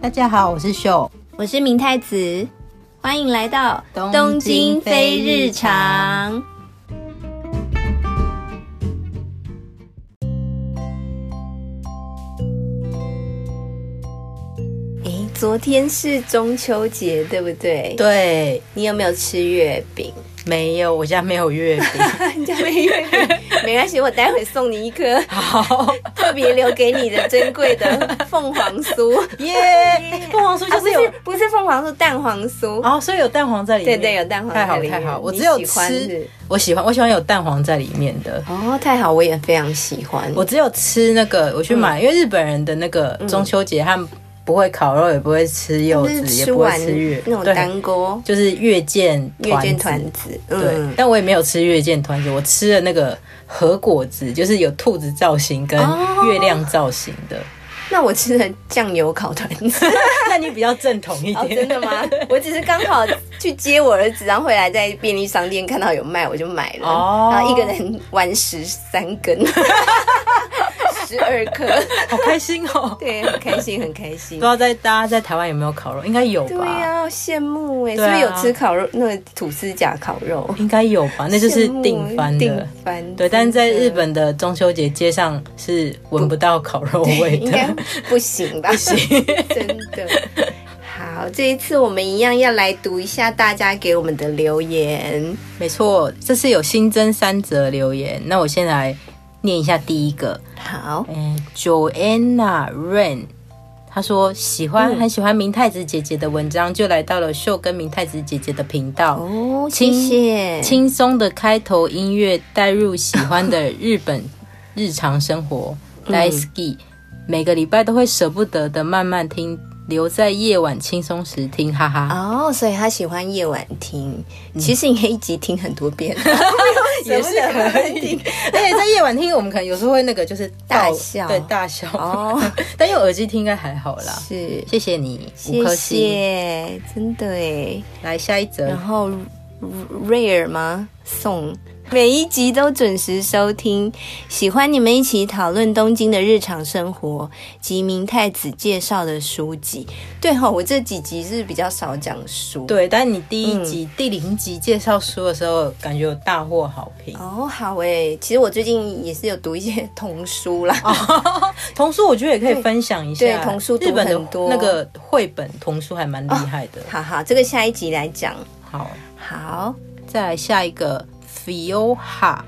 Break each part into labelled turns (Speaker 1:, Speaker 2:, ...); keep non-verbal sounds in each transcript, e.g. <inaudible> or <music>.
Speaker 1: 大家好，我是秀。
Speaker 2: 我是明太子，欢迎来到
Speaker 1: 东京非日常。
Speaker 2: 诶，昨天是中秋节，对不对？
Speaker 1: 对，
Speaker 2: 你有没有吃月
Speaker 1: <laughs>
Speaker 2: 饼？
Speaker 1: 没有，我家没有月
Speaker 2: <laughs>
Speaker 1: 饼。
Speaker 2: 你家没月饼，没关系，我待会送你一颗
Speaker 1: 好
Speaker 2: 特别留给你的珍贵的凤凰酥。
Speaker 1: 耶，凤凰酥
Speaker 2: 啊
Speaker 1: <laughs> 就
Speaker 2: 不
Speaker 1: 是有
Speaker 2: 是不是凤凰酥，蛋黄酥。
Speaker 1: 哦，所以有蛋黄在里
Speaker 2: 对
Speaker 1: 面。
Speaker 2: 对，有蛋黄
Speaker 1: 太好
Speaker 2: 在里面
Speaker 1: 太好，我
Speaker 2: 你
Speaker 1: 只有
Speaker 2: 喜欢
Speaker 1: 吃
Speaker 2: 是，
Speaker 1: 我喜欢我喜欢有蛋黄在里面的。
Speaker 2: 哦，太好，我也非常喜欢。
Speaker 1: 我只有吃那个，我去买，
Speaker 2: 嗯
Speaker 1: 因为日本人的那个中秋节他们不会烤肉，也不会吃柚
Speaker 2: 就是
Speaker 1: 子，也
Speaker 2: 吃
Speaker 1: 不会
Speaker 2: 完
Speaker 1: 吃月，
Speaker 2: 那种
Speaker 1: 对
Speaker 2: 单锅
Speaker 1: 就是月见
Speaker 2: 月见团
Speaker 1: 子
Speaker 2: 子，
Speaker 1: 对
Speaker 2: 嗯，，
Speaker 1: 但我也没有吃月见团子，我吃了那个和果子，就是有兔子造型跟
Speaker 2: 哦
Speaker 1: 月亮造型的。
Speaker 2: 那我吃的酱油烤团
Speaker 1: <laughs>
Speaker 2: 子。
Speaker 1: 那你比较正统一
Speaker 2: 哦，
Speaker 1: 点，
Speaker 2: 真的吗？我只是刚好去接我儿子，然后回来在便利商店看到有卖，我就买了。
Speaker 1: 哦
Speaker 2: 然后一个人玩十三根，
Speaker 1: <laughs>
Speaker 2: 十二颗，
Speaker 1: 好开心 <laughs> 哦！不
Speaker 2: 对，很开心，很开心
Speaker 1: 知。道在大家在台湾有没有烤肉，应该有
Speaker 2: 对
Speaker 1: 吧？
Speaker 2: 呀、好羡慕哎、
Speaker 1: 对
Speaker 2: 是
Speaker 1: 啊
Speaker 2: 不是有吃烤肉？那个吐司夹烤肉，
Speaker 1: 应该有吧？那就是
Speaker 2: 羡慕
Speaker 1: 定番的
Speaker 2: 定。番。
Speaker 1: 对，但是在
Speaker 2: 真的
Speaker 1: 日本的中秋节街上是闻不到烤肉味
Speaker 2: <laughs> 应该
Speaker 1: 的。
Speaker 2: 不行吧？不行， <laughs> 真的。好，这一次我们一样要来读一下大家给我们的留言。
Speaker 1: <laughs> 没错，这次有新增三则留言，那我先来念一下第一个。
Speaker 2: 好，
Speaker 1: 嗯，Joanna Rain，她说喜欢、
Speaker 2: 嗯
Speaker 1: 很喜欢明太子姐姐的文章，就来到了秀跟明太子姐姐的频道。
Speaker 2: 哦，谢
Speaker 1: 轻
Speaker 2: 谢。
Speaker 1: 轻松的开头音乐带入喜欢的日本日常生 <laughs> 活 d a i s k i 每个礼拜都会舍不得的慢慢听，留在夜晚轻松时听，哈哈。
Speaker 2: 哦，所以他喜欢夜晚听，
Speaker 1: 嗯
Speaker 2: 其实你可以一集听很多遍，啊
Speaker 1: <laughs> 也是可以， <laughs> 而且在夜晚听，我们可能有时候会那个就是
Speaker 2: 大
Speaker 1: 倒
Speaker 2: 笑
Speaker 1: 对大笑。
Speaker 2: 哦，
Speaker 1: <laughs> 但用耳机听应该还好啦。
Speaker 2: 是，
Speaker 1: 谢谢你，五
Speaker 2: 谢
Speaker 1: 颗星。
Speaker 2: 谢，真的哎。
Speaker 1: 来下一则
Speaker 2: 然，后 rare 吗？送。每一集都准时收听，喜欢你们一起讨论东京的日常生活及明太子介绍的书籍。对吼、我这几集是比较少讲书。
Speaker 1: 对，但你第一集、第零集介绍书的时候，感觉有大获好评。
Speaker 2: 哦，好诶，其实我最近也是有读一些童书啦。
Speaker 1: 哦童书我觉得也可以分享一下，
Speaker 2: 对童书读
Speaker 1: 日本的
Speaker 2: 很多
Speaker 1: 那个绘本童书还蛮厉害的。
Speaker 2: 好好，这个下一集来讲。
Speaker 1: 好，
Speaker 2: 好，
Speaker 1: 再来下一个 Fioha，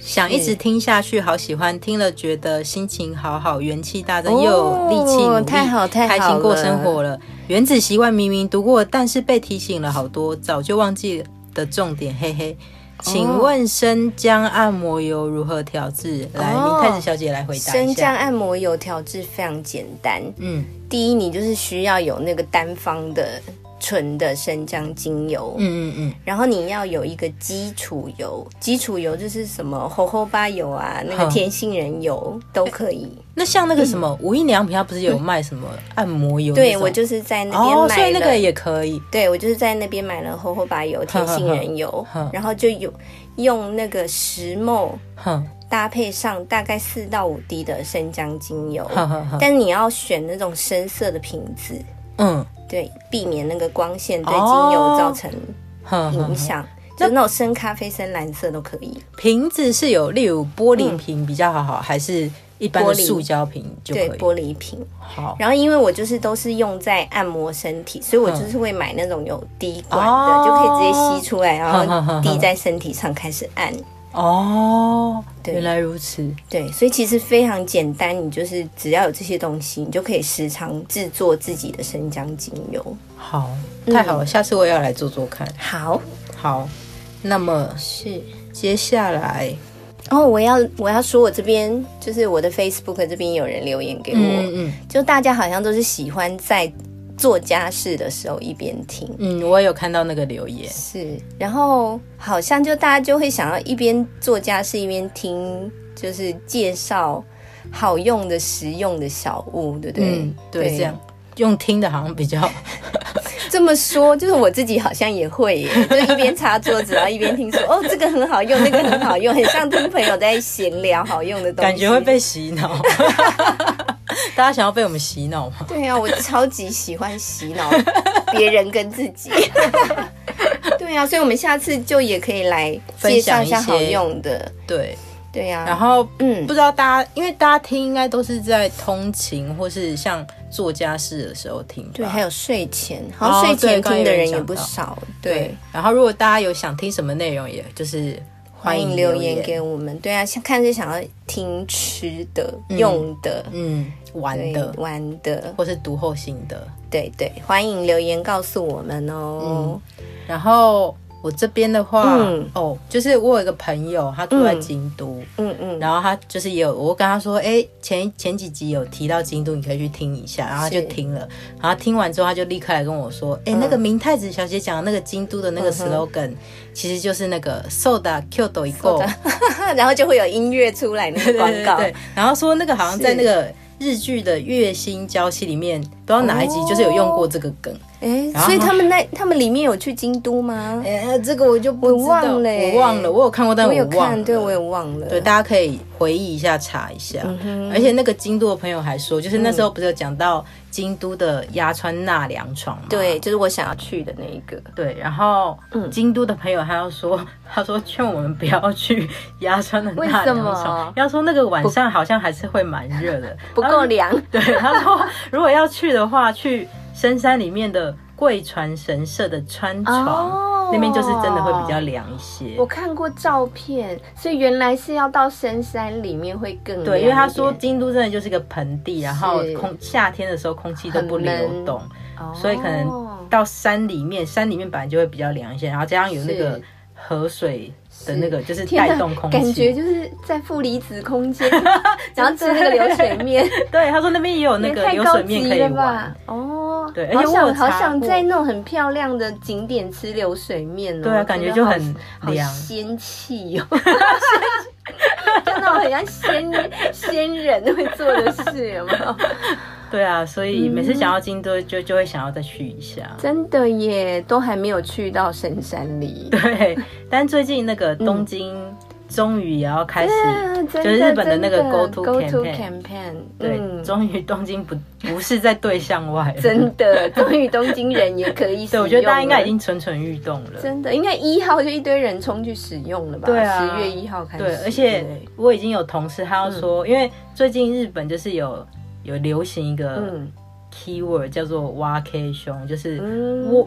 Speaker 1: 想一直听下去，好喜欢，听了觉得心情好好，元气大增，
Speaker 2: 哦
Speaker 1: 又有力气努力，
Speaker 2: 太好太好
Speaker 1: 开心过生活了。原子习惯明明读过，但是被提醒了好多，早就忘记的重点，嘿嘿。请问生姜按摩油如何调制？来，明
Speaker 2: 哦
Speaker 1: 太子小姐来回答一
Speaker 2: 生姜
Speaker 1: 下。
Speaker 2: 按摩油调制非常简单。
Speaker 1: 嗯
Speaker 2: 第一，你就是需要有那个单方的纯的生姜精油，
Speaker 1: 嗯嗯嗯，
Speaker 2: 然后你要有一个基础油，基础油就是什么猴猴巴油啊，那
Speaker 1: 哼
Speaker 2: 个甜杏仁油都
Speaker 1: <laughs>
Speaker 2: 可以。
Speaker 1: 那像那个什么无印良品，它不是有卖什么按摩油那种？
Speaker 2: 对我就是在那边
Speaker 1: 哦，
Speaker 2: 买
Speaker 1: 所
Speaker 2: 了，
Speaker 1: 以那个也可以。
Speaker 2: 对我就是在那边买了猴猴巴油、甜杏仁油
Speaker 1: 哼哼，
Speaker 2: 然后就有用那个石墨
Speaker 1: 哼
Speaker 2: 搭配上大概四到五滴的生姜精油，
Speaker 1: 哼哼哼，
Speaker 2: 但你要选那种深色的瓶子，
Speaker 1: 嗯，
Speaker 2: 对，避免那个光线对
Speaker 1: 哦
Speaker 2: 精油造成
Speaker 1: 嗯哼哼
Speaker 2: 影
Speaker 1: 哼。
Speaker 2: 响。就是那种深咖啡、深蓝色都可以，
Speaker 1: 瓶子是有，例如玻璃瓶比较好，好，还是一般的
Speaker 2: 玻璃
Speaker 1: 塑胶瓶就
Speaker 2: 对
Speaker 1: 可，以？
Speaker 2: 玻璃瓶。
Speaker 1: 好，
Speaker 2: 然后因为我就是都是用在按摩身体，所以我
Speaker 1: 嗯
Speaker 2: 就是会买那种有滴管的，
Speaker 1: 哦
Speaker 2: 就可以直接吸出来，然
Speaker 1: 哼哼
Speaker 2: 后
Speaker 1: 哼
Speaker 2: 滴在身体上开始
Speaker 1: <laughs>
Speaker 2: 按。
Speaker 1: 哦，
Speaker 2: 对
Speaker 1: 原来如此。
Speaker 2: 对，所以其实非常简单，你就是只要有这些东西，你就可以时常制作自己的生姜精油。
Speaker 1: 好，太
Speaker 2: 嗯
Speaker 1: 好了，下次我也要来做做看。
Speaker 2: 好，
Speaker 1: 好，那么
Speaker 2: 是。
Speaker 1: 接下来，
Speaker 2: 哦，我要我要说，我这边就是我的 Facebook 这边有人留言给我，
Speaker 1: 嗯嗯
Speaker 2: 就大家好像都是喜欢在做家事的时候一边听，
Speaker 1: 嗯，我也有看到那个留言，
Speaker 2: 是，然后好像就大家就会想要一边做家事一边听，就是介绍好用
Speaker 1: 嗯
Speaker 2: 的、实用的小物，对不对？
Speaker 1: 嗯，对，这样。用听的好像比较
Speaker 3: 这么说，就是我自己好像也会耶，
Speaker 1: <laughs>
Speaker 3: 就一边擦桌子，然后一边听说，哦，这个很好用，那个很好用，很像听朋友在闲聊好用的东西。
Speaker 1: 感觉会被洗脑。
Speaker 3: <laughs>
Speaker 1: 大家想要被我们洗脑吗？
Speaker 3: 对啊，我超级喜欢洗脑别人跟自
Speaker 1: <laughs>
Speaker 3: 己。对啊，所以我们下次就也可以来介绍下好用的。
Speaker 1: 对，
Speaker 3: 对啊，
Speaker 1: 然后
Speaker 3: 嗯
Speaker 1: 不知道大家，因为大家听应该都是在通勤或是像做家事的时候听吧。
Speaker 3: 对，还有睡前，好像
Speaker 1: 哦
Speaker 3: 睡前
Speaker 1: 对刚才
Speaker 3: 听的
Speaker 1: 有人
Speaker 3: 人也
Speaker 1: 讲
Speaker 3: 不
Speaker 1: 到
Speaker 3: 少。对
Speaker 1: 对，，然后如果大家有想听什么内容，也就是
Speaker 3: 欢
Speaker 1: 欢
Speaker 3: 迎
Speaker 1: 迎
Speaker 3: 留
Speaker 1: 言
Speaker 3: 言给我们。对啊，想看是想要听吃的、用的、
Speaker 1: 嗯玩
Speaker 3: 对
Speaker 1: 的，
Speaker 3: 玩的，
Speaker 1: 或是读后心的。
Speaker 3: 对对，欢迎留言告诉我们哦。
Speaker 1: 然后我这边的话，
Speaker 3: 嗯
Speaker 1: 哦，就是我有一个朋友，他住在京都，
Speaker 3: 嗯嗯， <laughs>
Speaker 1: 然后他就是也有我跟他说，哎，前前几集有提到京都，你可以去听一下，然后他就是听了，然后听完之后他就立刻来跟我说，哎、那个明太子小姐讲的那个京都的那个 slogan，、其实就是那个 soda kyoto i go，
Speaker 3: 然后就会有音乐出来那个广告。
Speaker 1: 对，然后说那个好像在
Speaker 3: 是
Speaker 1: 那个日剧的月薪娇妻里面，不知道哪一集
Speaker 3: 哦
Speaker 1: 就是有用过这个梗。
Speaker 3: 哎，
Speaker 1: 然后
Speaker 3: 所以他们那他们里面有去京都吗？
Speaker 1: 哎、这个我就不
Speaker 3: 知道
Speaker 1: 我忘了，我有看过，但
Speaker 3: 我有
Speaker 1: 忘
Speaker 3: 看，
Speaker 1: 了。
Speaker 3: 对嗯我也忘了。
Speaker 1: 对，大家可以回忆一下，查一下。而且那个京都的朋友还说，就是那时候不是有讲到京都的鸭川纳凉床吗？
Speaker 3: 对，嗯就是我想要去的那一个。
Speaker 1: 对，然后京都的朋友还要说， <laughs> 他说劝我们不要去鸭川的纳
Speaker 3: 为
Speaker 1: 凉
Speaker 3: 什么
Speaker 1: 床，要说那个晚上好像还是会蛮热的，
Speaker 3: 不
Speaker 1: 然后
Speaker 3: 够凉，
Speaker 1: <laughs> 对，他说 <laughs> 如果要去的话，去深山里面的贵船神社的川床，
Speaker 2: 哦
Speaker 1: 嗯那边就是真的会比较凉一些
Speaker 2: 我。看过照片，所以原来是要到深山里面会更
Speaker 1: 对，
Speaker 2: 凉
Speaker 1: 因为他
Speaker 2: 一
Speaker 1: 说
Speaker 2: 点
Speaker 1: 京都真的就是个盆地，然后
Speaker 2: 是
Speaker 1: 空夏天的时候空气都不
Speaker 2: 很
Speaker 1: 流
Speaker 2: 闷
Speaker 1: 动，
Speaker 2: 哦
Speaker 1: 所以可能到山里面，山里面本来就会比较凉一些，然后加上有那个
Speaker 2: 是
Speaker 1: 河水的那个就是
Speaker 2: 天哪
Speaker 1: 带动空气，
Speaker 2: 感觉就是在负离子空间，然后吃那个流水面，
Speaker 1: <laughs> 对。他说那边也有 <laughs> 那
Speaker 2: 也
Speaker 1: 个
Speaker 2: 太
Speaker 1: 流
Speaker 2: 高
Speaker 1: 水面
Speaker 2: 级
Speaker 1: 可以
Speaker 2: 了
Speaker 1: 玩
Speaker 2: 吧，？哦，
Speaker 1: 对
Speaker 2: 好
Speaker 1: 而且我有
Speaker 2: 想好
Speaker 1: 查
Speaker 2: 想
Speaker 1: 过
Speaker 2: 在那种很漂亮的景点吃流水面哦，
Speaker 1: 对啊，感觉
Speaker 2: 真的
Speaker 1: 就
Speaker 2: 好
Speaker 1: 很
Speaker 2: 好
Speaker 1: 凉。
Speaker 2: 仙气哦， <laughs> 就那种很像仙仙人会做的事，有没有？
Speaker 1: 对啊，所以
Speaker 2: 嗯
Speaker 1: 每次想要京都就就会想要再去一下。 <laughs>
Speaker 2: 真的耶，都还没有去到深山里。
Speaker 1: 对，但最近那个东京终于也要开始，
Speaker 2: 啊嗯真
Speaker 1: 嗯就是日本的那个
Speaker 2: 真
Speaker 1: Go
Speaker 2: Go
Speaker 1: To
Speaker 2: To
Speaker 1: Campaign
Speaker 2: Campaign，嗯
Speaker 1: 对，终于东京不不是在对象外了。
Speaker 2: 真的，终于东京人也可以使
Speaker 1: <laughs> 对，
Speaker 2: 用了。
Speaker 1: 我觉得大家应该已经蠢蠢欲动了。
Speaker 2: 真的，应该一号就一堆人冲去使用了吧？
Speaker 1: 对啊
Speaker 2: 十月一号开始。
Speaker 1: 对，而且
Speaker 2: 对
Speaker 1: 我已经有同事他要说，
Speaker 2: 嗯
Speaker 1: 因为最近日本就是有有流行一个
Speaker 2: 嗯
Speaker 1: keyword 叫做挖 K 胸，就是
Speaker 2: 嗯
Speaker 1: 我。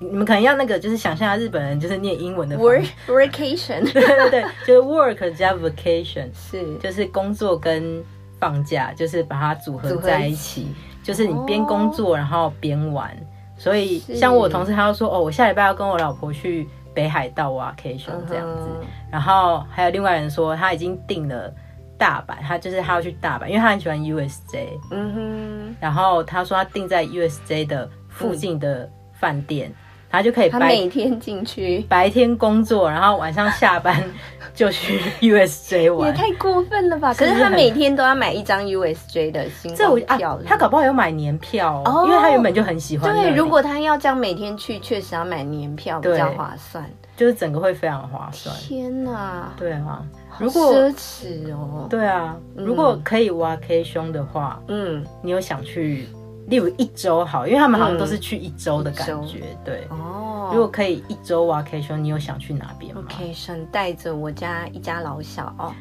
Speaker 1: 你们可能要那个，就是想象一下日本人就是念英文的方
Speaker 2: ，work <laughs>
Speaker 1: 式，
Speaker 2: vacation
Speaker 1: <laughs> 对对对，就是 work 加 vacation，
Speaker 2: 是
Speaker 1: 就是工作跟放假，就是把它组合
Speaker 2: 组合
Speaker 1: 在
Speaker 2: 一哦
Speaker 1: 一起，就是你边工作然后边玩。所以像我同事，他就说哦，我下礼拜要跟我老婆去北海道啊 K 熊这样子。
Speaker 2: 嗯
Speaker 1: 然后还有另外人说他已经订了大阪，他就是他要去大阪，因为他很喜欢 USJ。
Speaker 2: 嗯哼，
Speaker 1: 然后他说他订在 USJ 的附近的饭店，他就可以
Speaker 2: 嗯他
Speaker 1: 白
Speaker 2: 每天进去。
Speaker 1: 白天工作，然后晚上下班 <laughs> 就去 USJ
Speaker 2: 也
Speaker 1: 玩。
Speaker 2: 太过分了吧！可是
Speaker 1: 是不是
Speaker 2: 他
Speaker 1: 很
Speaker 2: 每天都要买一张 USJ 的新
Speaker 1: 这我
Speaker 2: 光
Speaker 1: 啊
Speaker 2: 票，，
Speaker 1: 他搞不好有买年票哦，
Speaker 2: 哦
Speaker 1: 因为他原本就很喜欢那里。
Speaker 2: 对，如果他要这样每天去，确实要买年票比
Speaker 1: 对
Speaker 2: 较划算。
Speaker 1: 就是整个会非常划算。
Speaker 2: 天哪，
Speaker 1: 对啊，
Speaker 2: 好
Speaker 1: 如果
Speaker 2: 奢侈哦，
Speaker 1: 对啊，如果可以挖 K 胸的话，
Speaker 2: 嗯，
Speaker 1: 你有想去，例如一周好，因为他们好像都是去一周的感
Speaker 2: 一
Speaker 1: 觉。对，
Speaker 2: 哦，
Speaker 1: 如果可以一周挖 K 胸，你有想去哪边吗
Speaker 2: vacation 带着我家一家老小哦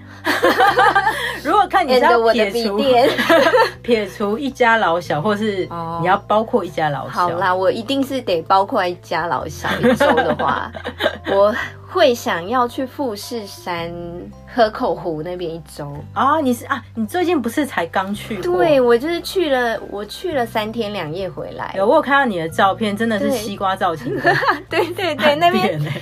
Speaker 1: 如果看你是
Speaker 2: ，and
Speaker 1: 要
Speaker 2: 我的
Speaker 1: 撇
Speaker 2: 笔
Speaker 1: 除
Speaker 2: 电。
Speaker 1: <laughs> 撇除一家老小，或是
Speaker 2: 哦
Speaker 1: 你要包括一家老
Speaker 2: 好
Speaker 1: 小，
Speaker 2: 啦，我一定是得包括一家老小一周的
Speaker 1: <laughs>
Speaker 2: 话，我会想要去富士山、河口湖那边一周。
Speaker 1: 啊，你是啊，你最近不是才刚去过？
Speaker 2: 对，我就是去了，我去了三天两夜回来。
Speaker 1: 有啊我有看到你的照片，真的是
Speaker 2: 对
Speaker 1: 西瓜造型的
Speaker 2: <laughs> 对
Speaker 1: <laughs>
Speaker 2: 对对，那边
Speaker 1: 店欸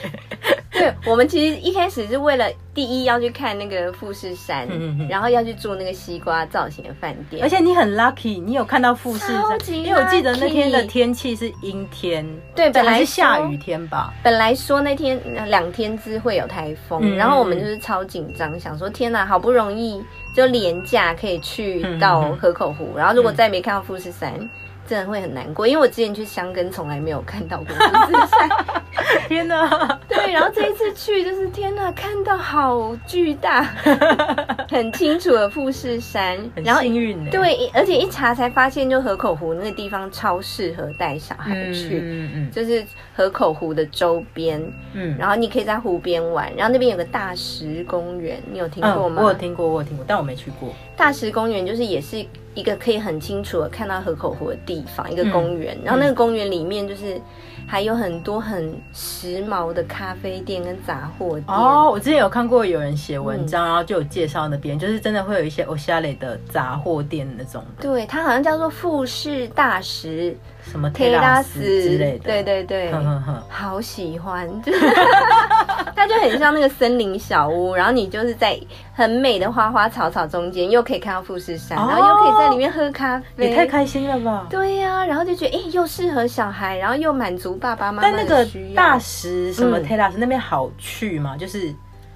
Speaker 2: 对我们其实一开始是为了第一要去看那个富士山，
Speaker 1: 嗯嗯嗯
Speaker 2: 然后要去住那个西瓜造型的饭店，
Speaker 1: 而且你很 lucky，你有看到富士
Speaker 2: 超
Speaker 1: 山，
Speaker 2: 级
Speaker 1: 因为我记得那天的
Speaker 2: lucky
Speaker 1: 天气是阴天，
Speaker 2: 对本来
Speaker 1: 还是下
Speaker 2: 说
Speaker 1: 雨天吧。
Speaker 2: 本来说那天呃两天之会有台风，
Speaker 1: 嗯
Speaker 2: 然后我们就是超紧张，想说天哪，好不
Speaker 1: 嗯
Speaker 2: 容易就廉价可以去到河口湖，然后如果再没看到富士山，真的会很难过，因为我之前去香根从来没有看到过富士
Speaker 1: <laughs>
Speaker 2: 山，
Speaker 1: <laughs> 天哪！
Speaker 2: 对，然后这一次去就是天哪，看到好巨
Speaker 1: <laughs>
Speaker 2: 大，很清楚的富士山，
Speaker 1: 很
Speaker 2: 然后
Speaker 1: 幸运呢。欸
Speaker 2: 对，一而且一查才发现，就河口湖那个地方超适合带小孩
Speaker 1: 嗯，
Speaker 2: 去。
Speaker 1: 嗯嗯
Speaker 2: 就是河口湖的周边，
Speaker 1: 嗯
Speaker 2: 然后你可以在湖边玩，然后那边有个大石公园，你有听
Speaker 1: 嗯，
Speaker 2: 过吗？
Speaker 1: 我有听过，我有听过，但我没去过。
Speaker 2: 大石公园就是也是一个可以很清楚的看到河口湖的地方，一个
Speaker 1: 嗯
Speaker 2: 公园。然后那个公园里面就是还有很多很时髦的咖啡店跟杂货店。
Speaker 1: 哦，我之前有看过有人写文章，然后就有介绍那边，就是真的会有一些 o s h a l e 的杂货店那种的，
Speaker 2: 对，它好像叫做富士大石
Speaker 1: 什么
Speaker 2: 特
Speaker 1: 特
Speaker 2: 拉
Speaker 1: 拉
Speaker 2: 斯
Speaker 1: 斯之类的。嗯
Speaker 2: 对对对，
Speaker 1: 哼哼哼，
Speaker 2: 好喜欢， <laughs> 它就很像那个森林小屋，然后你就是在很美的花花草草中间，又可以看到富士山，
Speaker 1: 哦
Speaker 2: 然后又可以在里面喝咖啡，
Speaker 1: 也太开心了吧！
Speaker 2: 对呀、然后就觉得哎、诶又适合小孩，然后又满足爸爸妈妈
Speaker 1: 但那
Speaker 2: 的
Speaker 1: 个
Speaker 2: 需要，
Speaker 1: 大石什么
Speaker 2: 嗯
Speaker 1: Terrace、那边好去吗？就是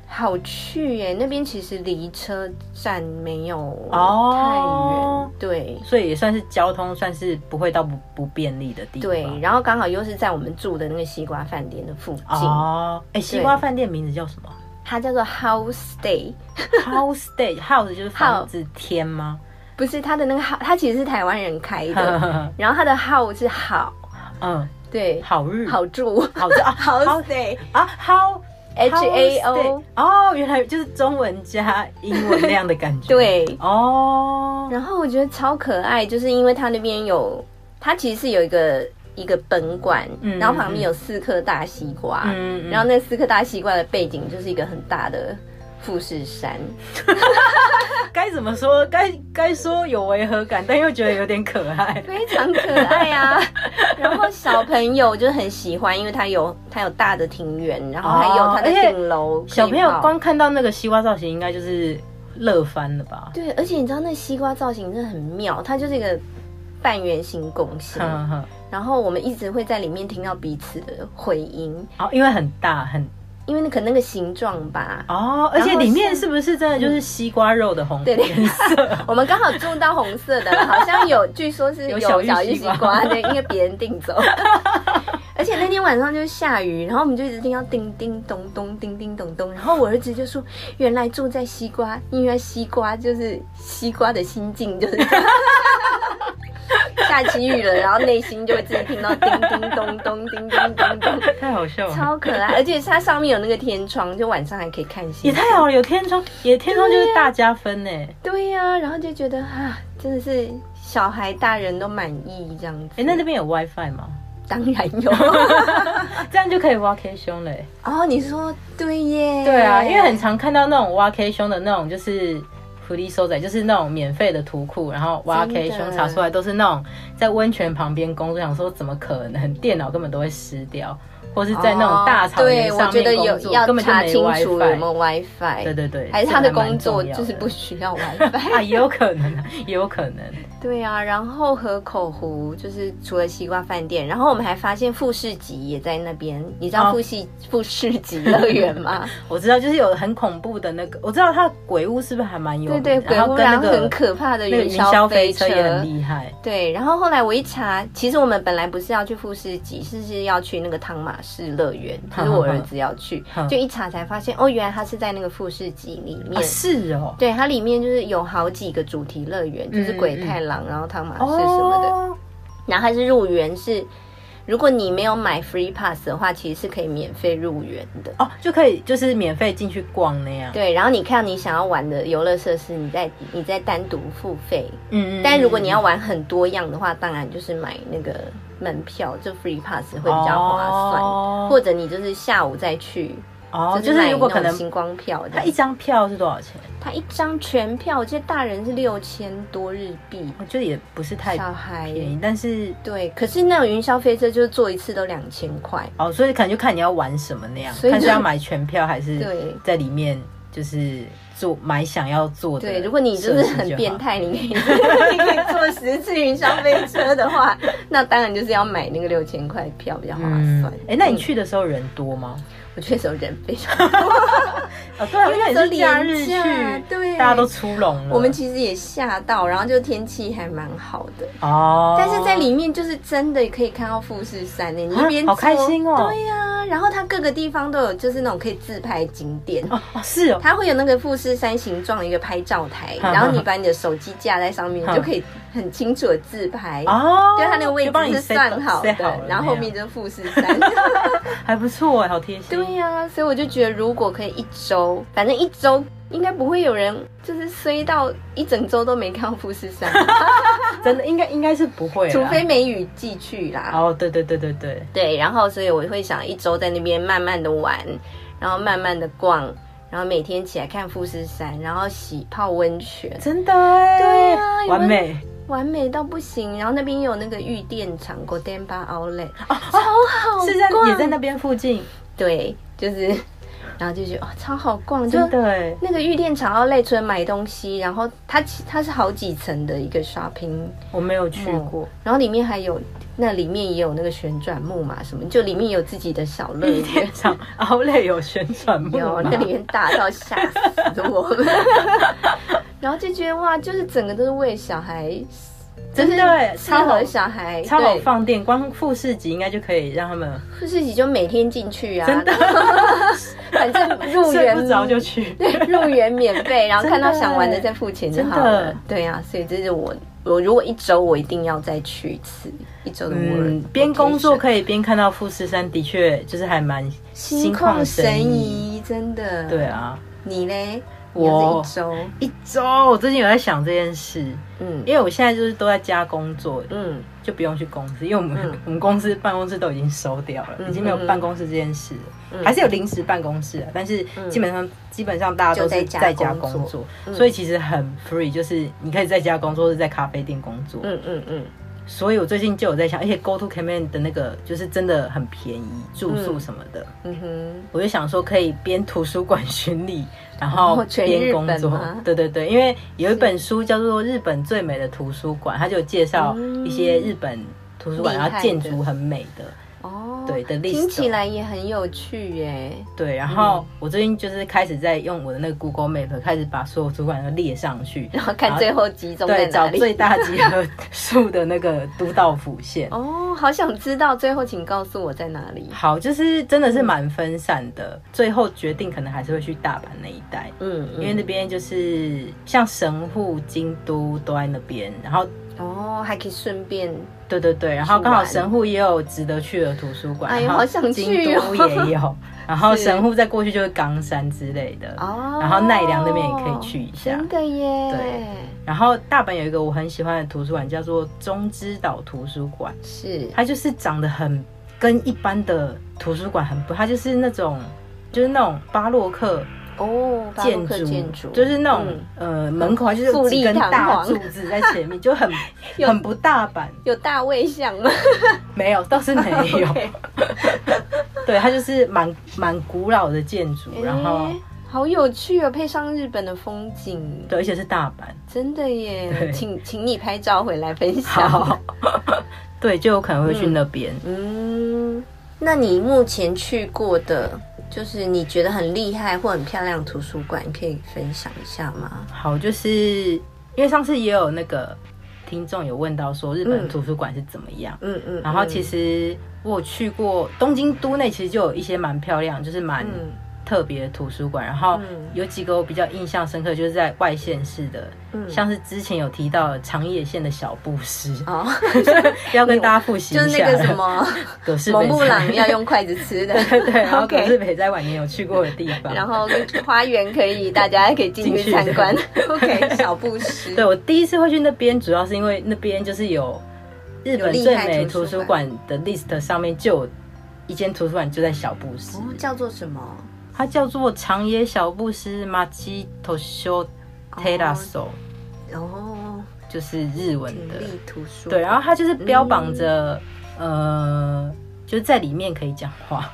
Speaker 2: 好去耶、那边其实离车站没有
Speaker 1: 哦
Speaker 2: 太远，对。
Speaker 1: 所以也算是交通，算是不会到不不便利的地方。
Speaker 2: 对，然后刚好又是在我们住的那个西瓜饭店的附近，
Speaker 1: 哦，哎、西瓜饭店名字叫什
Speaker 2: <laughs>
Speaker 1: 么
Speaker 2: 它叫做 House Stay，
Speaker 1: ？House Day，House 就是房子天吗？
Speaker 2: 不是它的那个 house，它其实是台湾人开
Speaker 1: <laughs>
Speaker 2: 的，
Speaker 1: 嗯，
Speaker 2: 然后它的 house 是好，对，
Speaker 1: 好日
Speaker 2: 好住，
Speaker 1: 好这啊
Speaker 2: 好
Speaker 1: 嗯好
Speaker 2: stay
Speaker 1: 啊好
Speaker 2: <laughs> H A O，
Speaker 1: 哦，原来就是中文加英文那样的感觉。
Speaker 2: <laughs> 对。
Speaker 1: 哦，
Speaker 2: 然后我觉得超可爱，就是因为它那边有，它其实是有一个一个本馆，
Speaker 1: 嗯
Speaker 2: 然后旁边有四颗大西瓜，
Speaker 1: 嗯嗯
Speaker 2: 然后那四颗大西瓜的背景就是一个很大的富士
Speaker 1: <laughs>
Speaker 2: 山，
Speaker 1: 该怎么说？该该说有违和感，但又觉得有点可爱。
Speaker 2: 非常 <laughs> 可爱啊。 <laughs> 然后小朋友就很喜欢，因为它有它有大的庭园，然后还有
Speaker 1: 哦
Speaker 2: 它的
Speaker 1: 而且
Speaker 2: 顶楼可以泡，
Speaker 1: 小朋友光看到那个西瓜造型，应该就是乐翻了吧？
Speaker 2: 对，而且你知道那西瓜造型真的很妙，它就是一个半圆形拱形，
Speaker 1: 哼哼，
Speaker 2: 然后我们一直会在里面听到彼此的回音，
Speaker 1: 哦，因为很大很
Speaker 2: 因为那可能那个形状吧。
Speaker 1: 哦，而且
Speaker 2: 然后
Speaker 1: 里面
Speaker 2: 是
Speaker 1: 是不是真的就是西瓜肉的红
Speaker 2: 对对
Speaker 1: 颜色？
Speaker 2: 我们刚好住到红色的了，好像有，据说是
Speaker 1: 有
Speaker 2: 有
Speaker 1: 小玉
Speaker 2: 小玉
Speaker 1: 西
Speaker 2: 西
Speaker 1: 瓜
Speaker 2: 瓜，对，因为别人订
Speaker 1: <laughs>
Speaker 2: 走。而且那天晚上就是下雨，然后我们就一直听到叮叮咚咚、叮叮咚咚，然后我儿子就说，原来住在西瓜，因为西瓜就是西瓜的心境就是
Speaker 1: <laughs>
Speaker 2: 这样。下起雨了，然后内心就会自己听到叮叮咚咚、叮叮咚咚，
Speaker 1: <laughs> <laughs> 太好笑了，
Speaker 2: 超可爱，而且它上面有那个天窗，就晚上还可以看
Speaker 1: 也
Speaker 2: 星星。
Speaker 1: 太好了，有天窗，也天窗就是大加分呢。哎
Speaker 2: 对呀、然后就觉得啊，真的是小孩大人都满意这样子。
Speaker 1: 哎，那那边有 WiFi 吗？啊
Speaker 2: 当然
Speaker 1: <laughs>
Speaker 2: 有
Speaker 1: 这样就可以挖 K 胸嘞。
Speaker 2: 哦，你说对耶？
Speaker 1: 对啊，因为很常看到那种挖 K 胸的那种，就是福利收仔，就是那种免费的图库，然后挖
Speaker 2: 真
Speaker 1: K
Speaker 2: 的
Speaker 1: 胸查出来都是那种在温泉旁边工作，想说怎么可能，电脑根本都会湿掉，或是在那种大草原
Speaker 2: 哦对，我
Speaker 1: 上
Speaker 2: 觉
Speaker 1: 面
Speaker 2: 得
Speaker 1: 工
Speaker 2: 有
Speaker 1: 作，
Speaker 2: 要
Speaker 1: 根本就
Speaker 2: 查
Speaker 1: 没
Speaker 2: 清楚有
Speaker 1: WiFi。
Speaker 2: 没有 WiFi，
Speaker 1: 对对对，
Speaker 2: 还是他的工作
Speaker 1: 这个还蛮重要
Speaker 2: 就
Speaker 1: 的
Speaker 2: 是不需
Speaker 1: <laughs>
Speaker 2: 要 WiFi。
Speaker 1: 啊，也有可能啊，也有可能。
Speaker 2: 对啊，然后河口湖就是除了西瓜饭店，然后我们还发现富士吉也在那边。你知道
Speaker 1: 哦
Speaker 2: 富士、富士吉乐园吗？
Speaker 1: 我知道，就是有很恐怖的那个，我知道他的鬼屋是不是还 <laughs> 蛮有
Speaker 2: 对
Speaker 1: 名的？
Speaker 2: 对，鬼
Speaker 1: 然后
Speaker 2: 屋
Speaker 1: 跟那
Speaker 2: 然后
Speaker 1: 个
Speaker 2: 很可怕的
Speaker 1: 那个
Speaker 2: 云
Speaker 1: 云霄
Speaker 2: 飞
Speaker 1: 飞车也很厉害。
Speaker 2: 对，然后后来我一查，其实我们本来不是要去富士吉，是是要去那个汤马士乐园，
Speaker 1: 哼
Speaker 2: 就是我儿子要去
Speaker 1: <laughs> 哼哼，
Speaker 2: 就一查才发现，哦，原来他是在那个富士吉里
Speaker 1: 啊，
Speaker 2: 面。
Speaker 1: 是哦，
Speaker 2: 对，它里面就是有好几个主题乐园，就是鬼太郎，然后汤马士
Speaker 1: 哦
Speaker 2: 什么的。然后它是入园是，如果你没有买 free pass 的话，其实是可以免费入园的。
Speaker 1: 哦，就可以就是免费进去逛那样。
Speaker 2: 对，然后你看你想要玩的游乐设施，你再你再单独付费，
Speaker 1: 嗯，嗯
Speaker 2: 但如果你要玩很多样的话，当然就是买那个门票，就 free pass 会比较划算。
Speaker 1: 哦
Speaker 2: 或者你就是下午再去，
Speaker 1: 哦，就
Speaker 2: 买
Speaker 1: 是如果可
Speaker 2: 那
Speaker 1: 能
Speaker 2: 种，星光票这样，
Speaker 1: 它一张票是多少钱？
Speaker 2: 它一张全票，我记得大人是六千多日币，
Speaker 1: 我觉得也不是太
Speaker 2: 小孩
Speaker 1: 便宜，但是
Speaker 2: 对，可是那种云霄飞车就是坐一次都两千块，
Speaker 1: 哦，所以可能就看你要玩什么那样，
Speaker 2: 所以
Speaker 1: 看是
Speaker 2: 就
Speaker 1: 要买全票还是
Speaker 2: 对。
Speaker 1: 在里面就是做买想要做的设施就好。
Speaker 2: 对，如果你就是很变态，你可以 <laughs> 你可以坐十次云霄飞车的话，那当然就是要买那个六千块票比较划
Speaker 1: 嗯，
Speaker 2: 算。嗯
Speaker 1: 哎，那你去的时候人多吗？
Speaker 2: 我去的时候人非常多，
Speaker 1: 哦，对啊，
Speaker 2: 因
Speaker 1: 因为
Speaker 2: 为那时候
Speaker 1: 你是假日
Speaker 2: 连假
Speaker 1: 去，
Speaker 2: 对
Speaker 1: 大家都出笼了。
Speaker 2: 我们其实也吓到，然后就天气还蛮好的，
Speaker 1: 哦，
Speaker 2: 但是在里面就是真的可以看到富士山欸呢，你一边
Speaker 1: 啊好
Speaker 2: 坐
Speaker 1: 开心哦
Speaker 2: 对呀、啊然后它各个地方都有就是那种可以自拍景点。
Speaker 1: 哦哦是哦，
Speaker 2: 它会有那个富士山形状的一个拍照台，
Speaker 1: 嗯
Speaker 2: 然后你把你的手机架在上面，
Speaker 1: 嗯
Speaker 2: 你就可以很清楚的自拍。
Speaker 1: 哦，
Speaker 2: 就啊它那个位
Speaker 1: 就帮
Speaker 2: 置
Speaker 1: 你
Speaker 2: 是
Speaker 1: set-
Speaker 2: 算好
Speaker 1: set
Speaker 2: 的，然后后面
Speaker 1: 就
Speaker 2: 就是富士
Speaker 1: <laughs>
Speaker 2: 山。
Speaker 1: 还不错哎，好贴心。
Speaker 2: 对呀、所以我就觉得，如果可以一周，反正一周应该不会有人就是衰到一整周都没看到富士山，
Speaker 1: 真的应该应该是不会啦，
Speaker 2: 啊除非梅雨季去啦。
Speaker 1: 哦，对对对对对，
Speaker 2: 对，然后所以我会想一周在那边慢慢的玩，然后慢慢的逛，然后每天起来看富士山，然后洗泡温泉，
Speaker 1: 真的哎，
Speaker 2: 对啊有
Speaker 1: 完
Speaker 2: 没
Speaker 1: 美
Speaker 2: 完美到不行。然后那边有那个玉电厂 g o d e n b a Outlet，
Speaker 1: 哦，
Speaker 2: 好
Speaker 1: 是在
Speaker 2: 逛
Speaker 1: 也在那边附近，
Speaker 2: 对，就是，然后就觉得哦，超好逛，就
Speaker 1: 真的哎，
Speaker 2: 那个玉电厂奥莱除了买东西，然后它其它是好几层的一个 shopping，
Speaker 1: 我没有去
Speaker 2: 嗯
Speaker 1: 过。
Speaker 2: 然后里面还有那里面也有那个旋转木马什么，就里面有自己的小乐
Speaker 1: 一
Speaker 2: 园
Speaker 1: 天。场奥莱有旋转木
Speaker 2: 有
Speaker 1: 马，
Speaker 2: 那里面大到吓死我们，然后就觉得哇，就是整个都是为小孩，
Speaker 1: 真的哎
Speaker 2: 就是适
Speaker 1: 超好
Speaker 2: 合小孩，
Speaker 1: 超好
Speaker 2: 对，
Speaker 1: 放电，光富士级应该就可以让他们
Speaker 2: 自己就每天进去啊，
Speaker 1: 真的
Speaker 2: 反正入
Speaker 1: 睡 <laughs>
Speaker 2: 园
Speaker 1: 不着就去。
Speaker 2: 对，入园免
Speaker 1: <laughs>
Speaker 2: 费，然后
Speaker 1: 真的
Speaker 2: 看到想玩的再付钱就好
Speaker 1: 真
Speaker 2: 了
Speaker 1: 的。
Speaker 2: 对啊，所以这是我我如果一周我一定要再去一次一周的我
Speaker 1: 嗯，边工作
Speaker 2: 以
Speaker 1: 可以边看到富士山，的确就是还蛮
Speaker 2: 心旷神。怡，真的。
Speaker 1: 对，啊，
Speaker 2: 你嘞？
Speaker 1: 我
Speaker 2: 你是一周，
Speaker 1: 一周我最近有在想这件事，
Speaker 2: 嗯
Speaker 1: 因为我现在就是都在家工作，
Speaker 2: 嗯
Speaker 1: 就不用去公司，因为我们、
Speaker 2: 嗯
Speaker 1: <laughs> 我们公司办公室都已经收掉了，
Speaker 2: 嗯
Speaker 1: 已经没有
Speaker 2: 嗯嗯
Speaker 1: 办公室这件事了，
Speaker 2: 嗯
Speaker 1: 还是有临时办公室啊，但是
Speaker 2: 嗯
Speaker 1: 基本上、基本上大家都
Speaker 2: 就在
Speaker 1: 是
Speaker 2: 家
Speaker 1: 在家
Speaker 2: 工
Speaker 1: 工
Speaker 2: 作
Speaker 1: 作，
Speaker 2: 嗯
Speaker 1: 所以其实很 free，就是你可以在家工作，或是在咖啡店工作。
Speaker 2: 嗯嗯嗯
Speaker 1: 所以我最近就有在想，而且 Go to Command 的那个就是真的很便宜，住宿什么的，
Speaker 2: 嗯哼，
Speaker 1: 我就想说可以边图书馆巡礼，然后
Speaker 2: 哦全日
Speaker 1: 边工
Speaker 2: 本
Speaker 1: 作
Speaker 2: 吗。
Speaker 1: 对对对，因为有一本书叫做《日本最美的图书馆》，它就有介绍一些日本图书馆，
Speaker 2: 嗯厉害
Speaker 1: 然
Speaker 2: 的
Speaker 1: 后建筑很美的，
Speaker 2: 哦，
Speaker 1: 对的 list 哦
Speaker 2: 听起来也很有趣耶。
Speaker 1: 对。然
Speaker 2: 嗯
Speaker 1: 后我最近就是开始在用我的那个 Google Map 开始把所有图书馆都列上去，
Speaker 2: <laughs> 然后看最后集中在
Speaker 1: 对，
Speaker 2: 哪
Speaker 1: 找
Speaker 2: 里。
Speaker 1: 最大
Speaker 2: <laughs>
Speaker 1: 集合数的那个都道府县。
Speaker 2: 哦，好想知道最后，请告诉我在哪里。
Speaker 1: 好，就是真
Speaker 2: 嗯
Speaker 1: 的是蛮分散的，最后决定可能还是会去大阪那一带，
Speaker 2: 嗯，嗯
Speaker 1: 因为那边就是像神户、京都都在那边，然后
Speaker 2: 哦，还可以顺便
Speaker 1: 对对对，然后刚
Speaker 2: 去
Speaker 1: 好
Speaker 2: 玩
Speaker 1: 神户也有值得去的图书馆，
Speaker 2: 哎呦
Speaker 1: 然后
Speaker 2: 好想
Speaker 1: 京
Speaker 2: 去哦
Speaker 1: 都也
Speaker 2: <laughs>
Speaker 1: 有，然后
Speaker 2: 是
Speaker 1: 神户再过去就是冈山之类的，
Speaker 2: 哦，
Speaker 1: 然后奈良那边也可以去一下
Speaker 2: 真的耶。
Speaker 1: 对然后大阪有一个我很喜欢的图书馆叫做中之岛图书馆，
Speaker 2: 是
Speaker 1: 它就是长得很跟一般的图书馆很不，它就是那种就是那种巴洛克。
Speaker 2: 哦，巴
Speaker 1: 建
Speaker 2: 洛
Speaker 1: 筑，
Speaker 2: 克建筑嗯
Speaker 1: 就是那种、呃门口它就是有几根大柱子在前面，就
Speaker 2: <laughs>
Speaker 1: 很很不大阪，
Speaker 2: 有大卫像吗？
Speaker 1: 没有倒是
Speaker 2: <laughs>
Speaker 1: 没有，
Speaker 2: OK
Speaker 1: 对，它就是蛮蛮古老的建筑，然后
Speaker 2: 诶好有趣哦，配上日本的风景，
Speaker 1: 对，而且是大阪，
Speaker 2: 真的耶！
Speaker 1: 对
Speaker 2: 请请你拍照回来分
Speaker 1: 好
Speaker 2: 享。，
Speaker 1: <laughs> 对，就有可能会去那边。
Speaker 2: 嗯，那你目前去过的，就是你觉得很厉害或很漂亮的图书馆，你可以分享一下吗？
Speaker 1: 好，就是因为上次也有那个听众有问到说日本
Speaker 2: 嗯
Speaker 1: 图书馆是怎么样。
Speaker 2: 嗯嗯。
Speaker 1: 然后其
Speaker 2: 实，
Speaker 1: 实我有去过东京都内，其实就有一些蛮漂亮，就是蛮
Speaker 2: 嗯
Speaker 1: 特别的图书馆。然后
Speaker 2: 嗯
Speaker 1: 有几个我比较印象深刻，就是在外县市的，
Speaker 2: 嗯
Speaker 1: 像是之前有提到的长野县的小布
Speaker 2: <laughs>
Speaker 1: 施，
Speaker 2: 哦，
Speaker 1: <laughs> 要跟大家复习一
Speaker 2: 就
Speaker 1: 下。
Speaker 2: 是那个什么
Speaker 1: <laughs> 葛饰
Speaker 2: 蒙
Speaker 1: 北
Speaker 2: 布朗要
Speaker 1: 斋。
Speaker 2: 用筷子吃的。
Speaker 1: <laughs> 对
Speaker 2: <laughs>
Speaker 1: 对，然后
Speaker 2: OK
Speaker 1: 葛饰北斋晚年有去过的地方。
Speaker 2: 然后花园可以，大家可以进去参
Speaker 1: <laughs>
Speaker 2: 观。OK，小布施。
Speaker 1: 对，我第一次会去那边，主要是因为那边就是有日本
Speaker 2: 有厉
Speaker 1: 最
Speaker 2: 害
Speaker 1: 美
Speaker 2: 图
Speaker 1: 图
Speaker 2: 书
Speaker 1: 书
Speaker 2: 馆
Speaker 1: 馆的 list 上面就有一间图书馆就在小布施。
Speaker 2: 哦，叫做什么？
Speaker 1: 它叫做长野小布施马吉头修 teraso，
Speaker 2: 哦，
Speaker 1: 就是日文
Speaker 2: 挺
Speaker 1: 的。
Speaker 2: 立图书。
Speaker 1: 对，然啊后它就是标榜着、
Speaker 2: 嗯
Speaker 1: 呃，就是在里面可以讲话。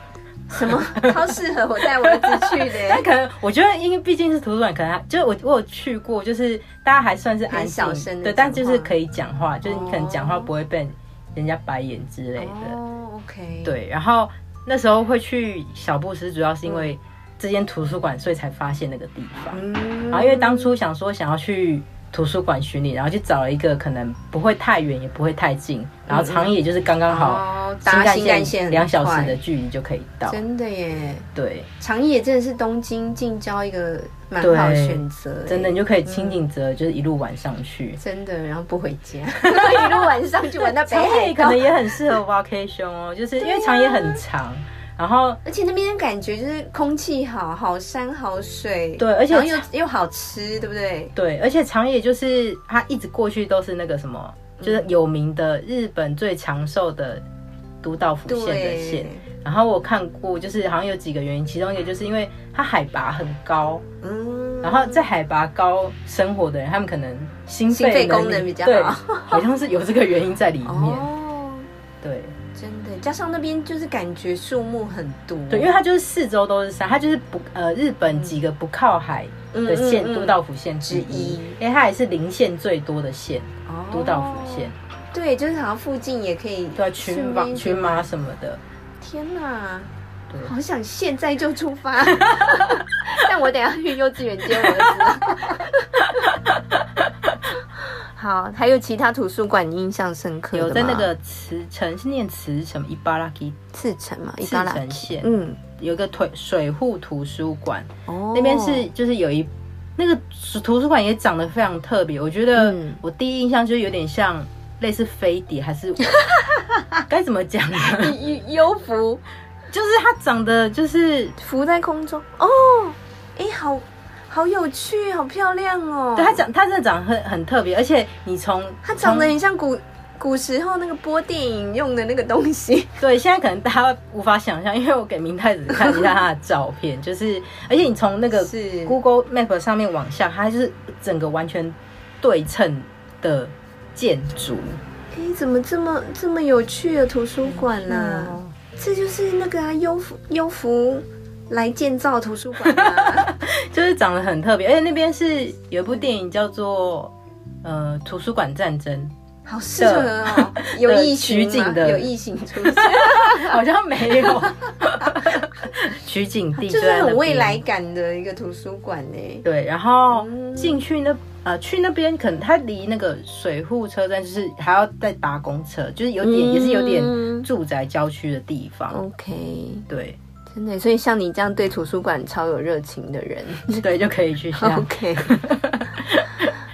Speaker 2: 什
Speaker 1: <laughs>
Speaker 2: 么超适合我带我儿子去
Speaker 1: 但
Speaker 2: 的，
Speaker 1: 可能我觉得，因为毕竟是图书馆，可能它就是我我有去过，就是大家还算是安
Speaker 2: 很
Speaker 1: 静
Speaker 2: 小声地
Speaker 1: 对，
Speaker 2: 讲
Speaker 1: 但就是
Speaker 2: 话
Speaker 1: 可以讲话，就是你可能讲话
Speaker 2: 哦
Speaker 1: 不会被人家白眼之类的。
Speaker 2: 哦，OK，，
Speaker 1: 对，然后那时候会去小布斯，主要是因为这间图书馆，所以才发现那个地方。
Speaker 2: 嗯
Speaker 1: 然后因为当初想说想要去图书馆巡礼，然后就找了一个可能不会太远，也不会太近，然后长野就是刚刚好，
Speaker 2: 嗯哦，搭新干线很
Speaker 1: 两小时
Speaker 2: 快
Speaker 1: 的距离就可以到。
Speaker 2: 真的耶，
Speaker 1: 对，
Speaker 2: 长野真的是东京近郊一个蛮
Speaker 1: 对
Speaker 2: 好的选择耶，
Speaker 1: 真的你就可以
Speaker 2: 嗯
Speaker 1: 亲近着，就是一路玩上去。
Speaker 2: 真的，然后不回
Speaker 1: <laughs>
Speaker 2: 家，一路晚上就玩到北
Speaker 1: 长
Speaker 2: 海
Speaker 1: 野可
Speaker 2: 道啊
Speaker 1: 能，也很适合 vacation 哦，就是因为长野很长，然后
Speaker 2: 而且那边感觉就是空气好，好山好水，
Speaker 1: 对而且
Speaker 2: 然后又又好吃，对不对？
Speaker 1: 对，而且长野就是它一直过去都是那个什么，
Speaker 2: 嗯
Speaker 1: 就是有名的日本最长寿的都道府县的县
Speaker 2: 对。，
Speaker 1: 然后我看过，就是好像有几个原因，其中一个就是因为它海拔很高，
Speaker 2: 嗯，
Speaker 1: 然后在海拔高生活的人，他们可能心肺
Speaker 2: 心肺功能
Speaker 1: 力
Speaker 2: 比较
Speaker 1: 对
Speaker 2: 好，
Speaker 1: <laughs> 好像是有这个原因在里面。
Speaker 2: 哦，
Speaker 1: 对
Speaker 2: 真的，加上那边就是感觉树木很多，
Speaker 1: 对，因为它就是四周都是山，它就是不呃日本几个不靠海的县、
Speaker 2: 嗯嗯嗯
Speaker 1: 都道府县之
Speaker 2: 之一
Speaker 1: 一，因为它也是邻县最多的县，
Speaker 2: 哦
Speaker 1: 都道府县，
Speaker 2: 对，就是好像附近也可以
Speaker 1: 对啊群
Speaker 2: 顺
Speaker 1: 马
Speaker 2: 便
Speaker 1: 群马什么的，
Speaker 2: 天哪
Speaker 1: 对，
Speaker 2: 好想现在就
Speaker 1: <laughs>
Speaker 2: 出发，但我等一下去幼稚园接我儿子。
Speaker 1: <laughs>
Speaker 2: 好，还有其他图书馆你印象深刻的
Speaker 1: 有
Speaker 2: 吗
Speaker 1: 在那个茨城是念茨什么伊巴拉基
Speaker 3: 赤城嘛，一
Speaker 1: 茨
Speaker 3: 巴拉，
Speaker 1: 城县，
Speaker 3: 嗯，
Speaker 1: 有一个腿水户图书馆，
Speaker 3: 哦，
Speaker 1: 那边是就是有一那个图书馆也长得非常特别，我觉得
Speaker 3: 嗯
Speaker 1: 我第一印象就是有点像类似飞碟，还
Speaker 2: <laughs>
Speaker 1: 是该怎么讲呢？
Speaker 2: 优浮
Speaker 1: 就是它长得就是。
Speaker 2: 浮在空中哦，哎、好好有趣，好漂亮哦。
Speaker 1: 对它长，它真的长得很很特别，而且你从
Speaker 2: 它长得
Speaker 1: 从
Speaker 2: 很像古古时候那个播电影用的那个东西，
Speaker 1: 对，现在可能大家无法想象，因为我给明太子看一下他的照片， <laughs> 就是而且你从 <laughs> 那个
Speaker 2: 是
Speaker 1: Google Map 上面往下，它就是整个完全对称的建筑，
Speaker 2: 哎、怎么这么这么有趣的图书馆啦、
Speaker 1: 嗯
Speaker 2: 这就是那个啊，优福优福来建造图书
Speaker 1: <laughs>
Speaker 2: 馆啊。
Speaker 1: 就是长得很特别。而且那边是有一部电影叫做呃《图书馆战争 <laughs>
Speaker 2: 好适合哦， <laughs> 有异形
Speaker 1: 取景
Speaker 2: 吗？
Speaker 1: 的
Speaker 2: 有异形出现，》，
Speaker 1: 好像没
Speaker 2: <laughs>
Speaker 1: 有取景地
Speaker 2: 就是
Speaker 1: 在那
Speaker 2: 很未
Speaker 1: 边
Speaker 2: 来感的一个图书馆欸呢。
Speaker 1: 对，然后
Speaker 2: 嗯
Speaker 1: 进去那呃去那边，可能它离那个水户车站就是还要再搭公车，就是有点、也是有点
Speaker 2: 嗯
Speaker 1: 住宅郊区的地
Speaker 2: 哦
Speaker 1: 方。
Speaker 3: OK，
Speaker 1: 对
Speaker 3: 真的，所以像你这样对图书馆超有热情的
Speaker 2: <laughs>
Speaker 3: 人
Speaker 1: 对，就可以去下。
Speaker 3: ，OK，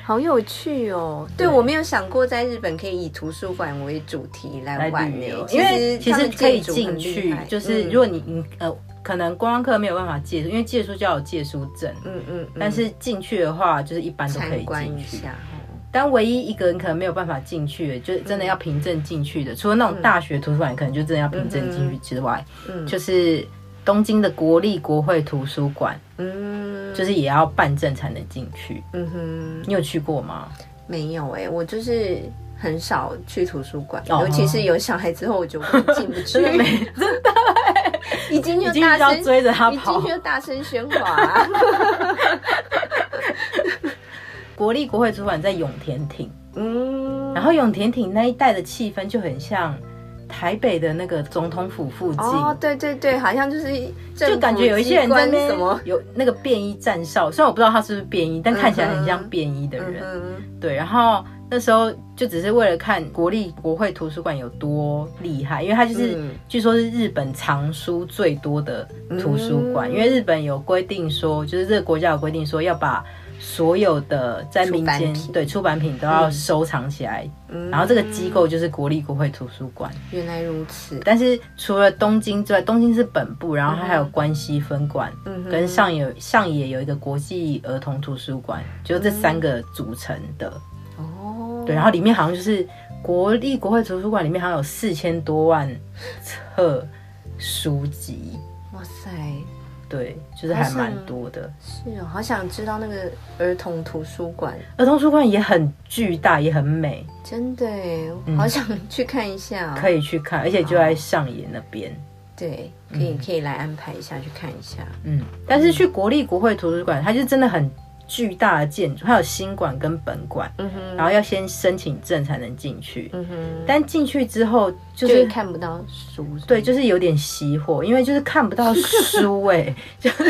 Speaker 3: 好有趣哦。
Speaker 2: 对，我没有想过在日本可以以图书馆为主题来
Speaker 1: 来
Speaker 2: 玩
Speaker 1: 旅
Speaker 2: 呢
Speaker 1: 游，，
Speaker 2: 其
Speaker 1: 因为
Speaker 2: 实
Speaker 1: 其
Speaker 2: 他
Speaker 1: 实
Speaker 2: 们
Speaker 1: 可以
Speaker 2: 建筑
Speaker 1: 进
Speaker 2: 很厉
Speaker 1: 去
Speaker 2: 害，嗯
Speaker 1: 就是如果你你呃，可能观光客没有办法借书，因为借书就要有借书证，
Speaker 2: 嗯嗯，嗯
Speaker 1: 但是进去的话，就是一般都可
Speaker 2: 参
Speaker 1: 以
Speaker 2: 观
Speaker 1: 进
Speaker 2: 一
Speaker 1: 去。
Speaker 2: 下，哦嗯
Speaker 1: 但唯一一个人可能没有办法进去的，就是真的要凭证进去的，除了那种大学图书馆，可能就真的要凭证进去之外，
Speaker 2: 嗯
Speaker 1: 就是东京的国立国会图书馆，
Speaker 2: 嗯，
Speaker 1: 就是也要办证才能进去。
Speaker 2: 嗯哼，
Speaker 1: 你有去过吗？
Speaker 2: 没有哎，我就是。很少去图书馆，
Speaker 1: 哦
Speaker 2: 尤其是有小孩之后，我就进不 <laughs> 去。
Speaker 1: 真的没，
Speaker 2: 欸已经
Speaker 1: 已
Speaker 2: 就
Speaker 1: 经
Speaker 2: 大
Speaker 1: 要
Speaker 2: 声
Speaker 1: 追着他
Speaker 2: 一
Speaker 1: 跑
Speaker 2: 进去。就大声喧哗、啊。 <laughs>
Speaker 1: 国立国会图书馆在永田町，
Speaker 2: 嗯，
Speaker 1: 然后永田町那一带的气氛就很像台北的那个总统府附近。
Speaker 2: 哦，对对对，好像就是
Speaker 1: 就感觉有一些人在
Speaker 2: 政
Speaker 1: 那
Speaker 2: 府机关什
Speaker 1: 边
Speaker 2: 么，
Speaker 1: 有那个便衣站哨，虽然我不知道他是不是便衣，但看起来很
Speaker 2: 嗯
Speaker 1: 像
Speaker 2: 哼
Speaker 1: 便衣的人。
Speaker 2: 嗯
Speaker 1: 对，然后那时候就只是为了看国立国会图书馆有多厉害，因为它就是、
Speaker 2: 嗯
Speaker 1: 据说是日本藏书最多的图书馆，
Speaker 2: 嗯
Speaker 1: 因为日本有规定说，就是这个国家有规定说要把所有的在民间
Speaker 2: 出版品
Speaker 1: 对出版品都要收藏起来，
Speaker 2: 嗯
Speaker 1: 然后这个机构就是国立国会图书馆。
Speaker 2: 原来如此，
Speaker 1: 但是除了东京之外，东京是本部，然后它还有关西分馆，
Speaker 2: 嗯哼
Speaker 1: 跟上野上野有一个国际儿童图书馆，就这三个组成的。
Speaker 2: 哦，
Speaker 1: 对，然后里面好像就是国立国会图书馆里面好像有四千多万册书籍，
Speaker 2: 哇塞，
Speaker 1: 对，就是还
Speaker 2: 好像
Speaker 1: 蛮多的。
Speaker 2: 是哦，好想知道那个儿童图书馆，
Speaker 1: 儿童图书馆也很巨大，也很美，
Speaker 2: 真的耶，
Speaker 1: 嗯
Speaker 2: 好想去看一下、哦。
Speaker 1: 可以去看，而且就在上野那边。
Speaker 2: 对，可
Speaker 1: 嗯
Speaker 2: 以可以来安排一下去看一下。
Speaker 1: 嗯，但是去国立国会图书馆，它就真的很巨大的建筑，它有新馆跟本馆，
Speaker 2: 嗯哼，
Speaker 1: 然后要先申请证才能进去。
Speaker 2: 嗯哼，
Speaker 1: 但进去之后就
Speaker 2: 就是
Speaker 1: 是
Speaker 2: 看不到书，
Speaker 1: 对，就是有点熄火，因为就是看不到书哎、
Speaker 2: <laughs>
Speaker 1: 就是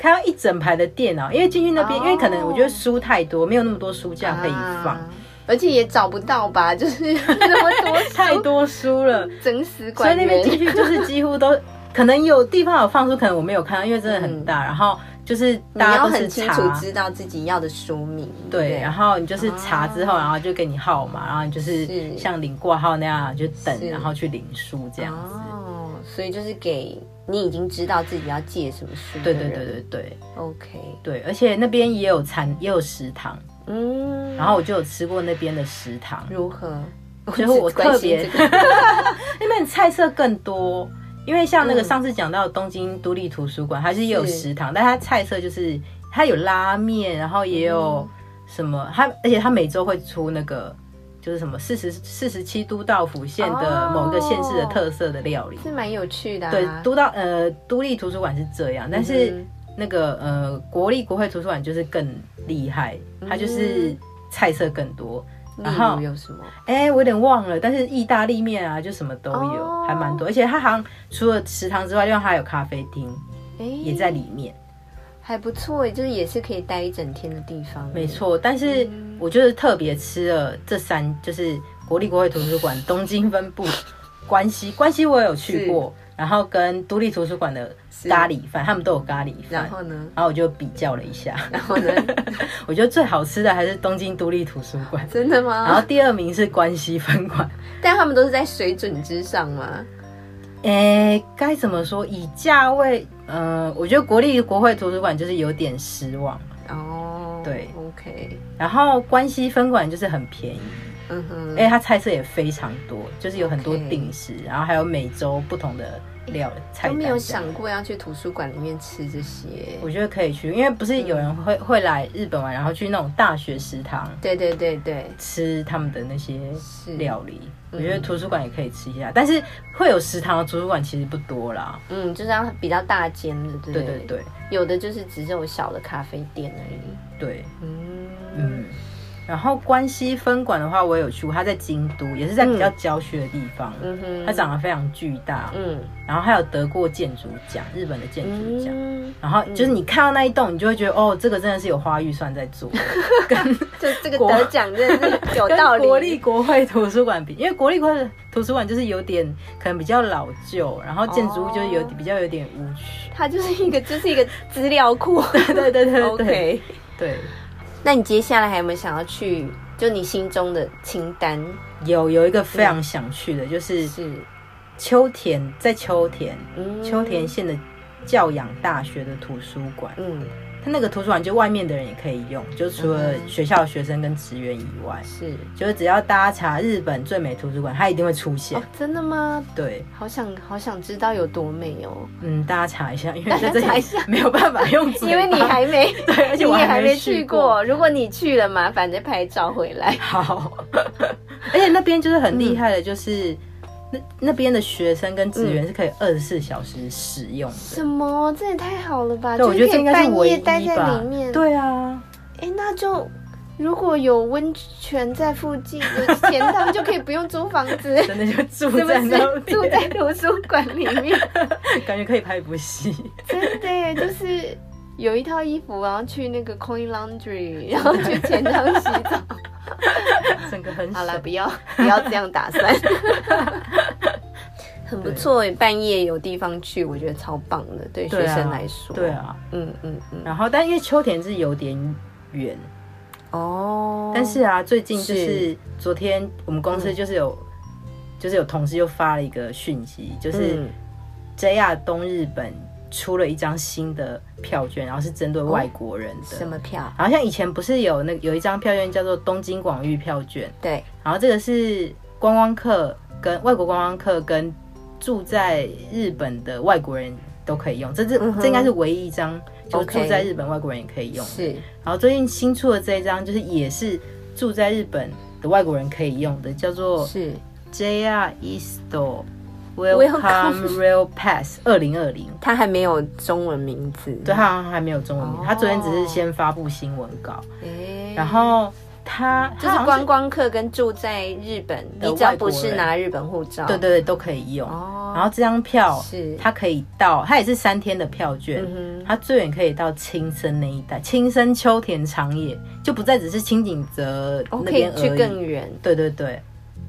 Speaker 1: 看到一整排的电脑，因为进去那边，
Speaker 2: 哦
Speaker 1: 因为可能我觉得书太多，没有那么多书架可以放，
Speaker 2: 啊而且也找不到吧， <laughs> 就是那么多书
Speaker 1: <laughs> 太多书了，
Speaker 2: 整死
Speaker 1: 所以
Speaker 2: 馆
Speaker 1: 那边进
Speaker 2: 员，
Speaker 1: 去就是几乎都可能有地方有放书，可能我没有看到，因为真的很大，然后就是
Speaker 2: 嗯你
Speaker 1: 大家
Speaker 2: 要
Speaker 1: 都是
Speaker 2: 很清楚
Speaker 1: 查。
Speaker 2: 知道自己要的书名，
Speaker 1: 对，然后你就是查之后，然后就给你号码，然后你就是
Speaker 2: 啊是
Speaker 1: 像领挂号那样就等，
Speaker 2: 是
Speaker 1: 然后去领书这样子。
Speaker 2: 哦，所以就是给你已经知道自己要借什么书，
Speaker 1: 对对对对对
Speaker 2: ，OK，
Speaker 1: 对，而且那边也有餐，也有食堂，
Speaker 2: 嗯，
Speaker 1: 然后我就有吃过那边的食堂，
Speaker 2: 如何？
Speaker 1: 觉得我
Speaker 2: 只关
Speaker 1: 特
Speaker 2: 心
Speaker 1: 别
Speaker 2: 这个 <laughs>
Speaker 1: 那边的菜色更多。因为像那个
Speaker 2: 嗯
Speaker 1: 上次讲到东京都立图书馆，它是也有
Speaker 2: 是
Speaker 1: 食堂，但它菜色就是它有拉面，然后也有什么，它而且它每周会出那个就是什么四十四十七都道府县的
Speaker 2: 哦
Speaker 1: 某个县市的特色的料理。
Speaker 2: 是蛮有趣的、啊，
Speaker 1: 对，都道呃都立图书馆是这样，但是
Speaker 2: 嗯
Speaker 1: 那个呃国立国会图书馆就是更厉害，它就是
Speaker 2: 嗯
Speaker 1: 菜色更多。
Speaker 2: 例
Speaker 1: 然后
Speaker 2: 如有什么？
Speaker 1: 哎、我有点忘了，但是意大利面啊，就什么都有，
Speaker 2: 哦
Speaker 1: 还蛮多。而且它好像除了食堂之外，另外还有咖啡厅
Speaker 2: 哎、
Speaker 1: 也在里面，
Speaker 2: 还不错耶，就是也是可以待一整天的地方。
Speaker 1: 没，错。但是
Speaker 2: 嗯
Speaker 1: 我就是特别吃了这三，就是国立国会图书
Speaker 2: <laughs>
Speaker 1: 馆东京分部关西，关西我也有去过，然后跟都立图书馆的咖喱饭，他们都有咖喱饭
Speaker 2: 然。后呢？
Speaker 1: 然后我就比较了一下，
Speaker 2: <laughs> 然后呢？
Speaker 1: <laughs> 我觉得最好吃的还是东京都立图书馆，
Speaker 2: 真的
Speaker 1: 然后
Speaker 2: 吗？
Speaker 1: 第二名是关西分馆。
Speaker 2: <laughs> 但他们都是在水准之上嘛。
Speaker 1: 诶，该怎么说？以价位，呃，我觉得国立国会图书馆就是有点失望，
Speaker 2: 哦，
Speaker 1: 对
Speaker 2: ，OK，
Speaker 1: 然后关西分馆就是很便宜，
Speaker 2: 嗯哼，
Speaker 1: 哎、它菜色也非常多，就是有很多
Speaker 2: OK
Speaker 1: 定时然后还有每周不同的料菜
Speaker 2: 都
Speaker 1: 单。
Speaker 2: 没有，想过要去图书馆里面吃这些。
Speaker 1: 我觉得可以去，因为不是有
Speaker 2: 嗯
Speaker 1: 人会、会来日本玩，然后去那种大学食堂
Speaker 2: 对对对对，
Speaker 1: 吃他们的那些
Speaker 2: 是嗯
Speaker 1: 料理。我觉得图书馆也可以吃一下，但是会有食堂的图书馆其实不多啦。
Speaker 2: 嗯，就是要比较大间的，对不
Speaker 1: 对对对
Speaker 2: 有的就是只有小的咖啡店而已。
Speaker 1: 对，
Speaker 2: 嗯
Speaker 1: 嗯，然后关西分馆的话，我有去过，它在京都，也是在比较郊区的地方。
Speaker 2: 嗯哼，
Speaker 1: 它长得非常巨大，
Speaker 2: 嗯
Speaker 1: 然后还有得过建筑奖，日本的建筑奖。
Speaker 2: 嗯，
Speaker 1: 然后就是你看到那一栋，你就会觉得哦，这个真的是有花预算在
Speaker 2: <laughs>
Speaker 1: 做，跟
Speaker 2: 就这个
Speaker 1: 国
Speaker 2: 得奖真的是有道
Speaker 1: <laughs> 跟
Speaker 2: 理。
Speaker 1: 国立国会图书馆比，因为国立国会图书馆就是有点可能比较老旧，然后建筑物就是有、
Speaker 2: 哦
Speaker 1: 比较有点无趣。
Speaker 2: 它就是一个，就是一个资料库。
Speaker 1: <laughs> 对对对对对
Speaker 2: OK，
Speaker 1: 对，
Speaker 2: 那你接下来还有没有想要去？就你心中的清单
Speaker 1: 有有一个非常想去的，就是
Speaker 2: 是，
Speaker 1: 秋田，在秋田，
Speaker 2: 嗯
Speaker 1: 秋田，县的教养大学的图书馆，
Speaker 2: 嗯，
Speaker 1: 它那个图书馆就外面的人也可以用，就除了学校的学生跟职员以外，
Speaker 2: 是
Speaker 1: 就是只要大家查日本最美图书馆，它一定会出现
Speaker 2: 哦。，真的吗？
Speaker 1: 对，
Speaker 2: 好想好想知道有多美哦，
Speaker 1: 嗯，大家查一下，因为在这
Speaker 2: 查一
Speaker 1: 里
Speaker 2: 下
Speaker 1: 没有办法用嘴
Speaker 2: <laughs> 因为你
Speaker 1: 巴
Speaker 2: 还没，
Speaker 1: <laughs> 对，而且我
Speaker 2: 你也
Speaker 1: 还
Speaker 2: 没
Speaker 1: 去
Speaker 2: 去。过。如果你去了，麻烦再拍照回来。
Speaker 1: 好， <laughs> 而且那边就是很厉害的，
Speaker 2: 嗯
Speaker 1: 就是。那那边的学生跟职员是可以二十四小时使用的，
Speaker 2: 什么？这也太好了吧！
Speaker 1: 对，我
Speaker 2: 啊
Speaker 1: 觉
Speaker 2: 就是
Speaker 1: 得这应
Speaker 2: 可以
Speaker 1: 该是
Speaker 2: 半
Speaker 1: 唯
Speaker 2: 夜
Speaker 1: 一
Speaker 2: 待在
Speaker 1: 吧
Speaker 2: 里面。，
Speaker 1: 对啊，
Speaker 2: 哎，那就如果有温泉在附近，有钱他们就可以不用租房子。
Speaker 1: <laughs> <laughs> 真的就住
Speaker 2: 是不
Speaker 1: 在
Speaker 2: 是
Speaker 1: 那边，
Speaker 2: 住在图书馆里面？
Speaker 1: <laughs>
Speaker 2: <laughs>
Speaker 1: 感觉可以拍一部戏。 <laughs>
Speaker 2: 真的耶，就是有一套衣服，然后去那个 Coin Laundry，然后去钱塘洗
Speaker 1: <laughs>
Speaker 2: 澡。
Speaker 1: 整个很
Speaker 2: 好了，
Speaker 1: 省
Speaker 2: 不要不要这样打算。 <laughs> 很不错耶，半夜有地方去，我觉得超棒的，对
Speaker 1: 对
Speaker 2: 学
Speaker 1: 啊
Speaker 2: 生来说。
Speaker 1: 对，啊。
Speaker 2: 嗯嗯嗯，
Speaker 1: 然后，但因为秋田是有点远，
Speaker 2: 哦，
Speaker 1: 但是啊，最近就是
Speaker 2: 是嗯
Speaker 1: 昨天我们公司就是有，就是有同事就发了一个讯息，就是
Speaker 2: 嗯
Speaker 1: JR 东日本出了一张新的票券，然后是针对外国人
Speaker 2: 哦什
Speaker 1: 的。
Speaker 2: 么票？
Speaker 1: 好像以前不是有那有一张票券叫做东京广域票券，
Speaker 2: 对，
Speaker 1: 然后这个是观光客跟外国观光客跟住在日本的外国人都可以用，这是、
Speaker 2: 嗯哼嗯
Speaker 1: 这应该是唯一一张就是
Speaker 2: OK
Speaker 1: 住在日本外国人也可以用。
Speaker 2: 是
Speaker 1: 然后最近新出的这一张就是也是住哦在日本的外国人可以用的，叫做
Speaker 2: 是
Speaker 1: JR East Welcome Real Pass 二零二零。
Speaker 2: 它还没有中文名字。
Speaker 1: 对，它好像还没有中文名，
Speaker 2: 哦
Speaker 1: 它昨天只是先发布新闻稿，
Speaker 2: 诶，
Speaker 1: 然后它
Speaker 2: 就
Speaker 1: 它
Speaker 2: 嗯
Speaker 1: 好
Speaker 2: 是
Speaker 1: 像
Speaker 2: 观光客跟住在日本，
Speaker 1: 的
Speaker 2: 你只要
Speaker 1: 外国
Speaker 2: 不
Speaker 1: 人
Speaker 2: 是拿日本护照，
Speaker 1: 对对对都可以用。
Speaker 2: 哦，
Speaker 1: 然后这张票
Speaker 2: 是
Speaker 1: 它可以到，它也是三天的票券，
Speaker 2: 嗯
Speaker 1: 它最远可以到青森那一带，青森秋田长野就不再只是清景泽
Speaker 2: 哼，我
Speaker 1: 那
Speaker 2: 哦可以
Speaker 1: 边而已。
Speaker 2: 去更远，
Speaker 1: 对对对，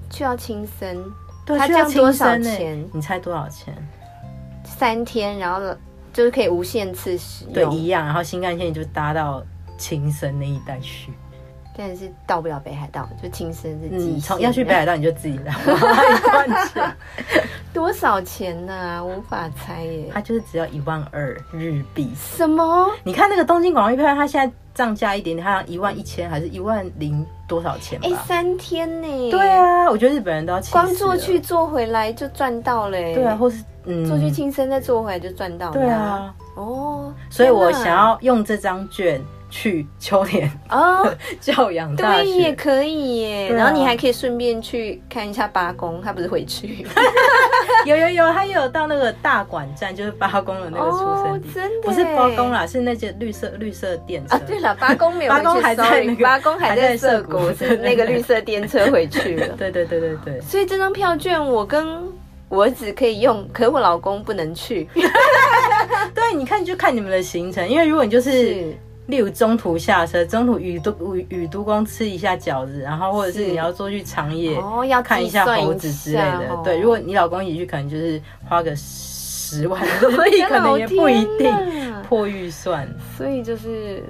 Speaker 2: 去到青森
Speaker 1: 对
Speaker 2: 它
Speaker 1: 去
Speaker 2: 啊这样
Speaker 1: 到青
Speaker 2: 多少
Speaker 1: 森欸
Speaker 2: 钱
Speaker 1: 你猜多少钱？
Speaker 2: 三天，然后就是可以无限次使
Speaker 1: 对，
Speaker 2: 用，
Speaker 1: 一样。然后新干线就搭到青森那一带去。
Speaker 2: 但是到不了北海道，就青森是极
Speaker 1: 嗯，
Speaker 2: 限
Speaker 1: 从要去北海道你就自己来， <laughs> 我帮你赚钱。
Speaker 2: <laughs> 多少钱呢、无法猜耶。
Speaker 1: <laughs> 它就是只要一万二日币。
Speaker 2: 什么？
Speaker 1: 你看那个东京广域票，它现在涨价一点点，它好像一万一千还是一万零多少钱吧
Speaker 2: 哎、？三天呢？
Speaker 1: 对，啊，我觉得日本人都要气死了
Speaker 2: 光坐去坐回来就赚到了、欸。
Speaker 1: 对啊，，或是嗯
Speaker 2: 坐去青森再坐回来就赚到了。
Speaker 1: 对，啊，
Speaker 2: 哦，
Speaker 1: 所以我想
Speaker 2: 天哪
Speaker 1: 要用这张券去秋田 <laughs>
Speaker 2: 哦，
Speaker 1: 教养大
Speaker 2: 对，也
Speaker 1: 学。
Speaker 2: 可以耶。
Speaker 1: 对啊
Speaker 2: 然后你还可以顺便去看一下八公，他不是
Speaker 1: <laughs>
Speaker 2: 回去
Speaker 1: 有有有，他也有到那个大馆站，就是八公的那个出生
Speaker 2: 哦
Speaker 1: 地，，
Speaker 2: 真的
Speaker 1: 不是八公
Speaker 2: 啦。
Speaker 1: 啦，是那些绿色绿色电车。
Speaker 2: 啊，对了，八公没
Speaker 1: <laughs>
Speaker 2: 有
Speaker 1: 八
Speaker 2: 回去
Speaker 1: 公还在
Speaker 2: sorry，
Speaker 1: 那个
Speaker 2: 八公还
Speaker 1: 还在
Speaker 2: 在涩
Speaker 1: 涩
Speaker 2: 谷，
Speaker 1: 谷
Speaker 2: 是
Speaker 1: <laughs>
Speaker 2: 那个绿色电车回去了。
Speaker 1: 对对对对对，
Speaker 2: 所以这张票券我跟我儿子可以用，可我老公不能去。
Speaker 1: 对，你看就看你们的行程，因为如果你就是
Speaker 2: 是
Speaker 1: 例如中途下车，中途宇都宇宇都宫吃一下饺子，然后或者是
Speaker 2: 是
Speaker 1: 你要坐去长野
Speaker 2: 哦要计
Speaker 1: 看一下
Speaker 2: 算一
Speaker 1: 猴子之类的。
Speaker 2: 下哦
Speaker 1: 对，如果你老公一起去，可能就是花个十 <laughs> 万日币，可能也不一定
Speaker 2: 天哪
Speaker 1: 破预算。
Speaker 2: 所以就是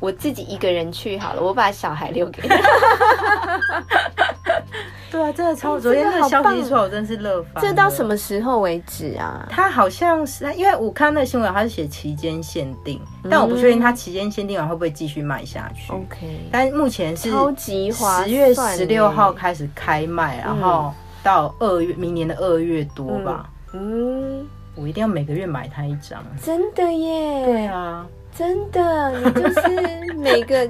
Speaker 2: 我自己一个人去好了，我把小孩留给你。
Speaker 1: 对啊，真的超！
Speaker 2: 哎
Speaker 1: 昨天
Speaker 2: 这个
Speaker 1: 那个
Speaker 2: 好
Speaker 1: 消
Speaker 2: 棒
Speaker 1: 息一出来，我真是乐翻了。
Speaker 2: 这到什么时候为止啊？
Speaker 1: 他好像是，因为我看那个新闻，他是写期间限定，但我不确定他期间限定完会不会继续卖下去。
Speaker 2: OK，
Speaker 1: 但目前是
Speaker 2: 超级划算
Speaker 1: 十
Speaker 2: 耶
Speaker 1: 月十六号开始开卖，然后到二月明年的二月多吧。
Speaker 2: 嗯，
Speaker 1: 我一定要每个月买它一张。
Speaker 2: 真的耶，
Speaker 1: 对，啊，
Speaker 2: 真的，你
Speaker 1: <laughs>
Speaker 2: 就是每个，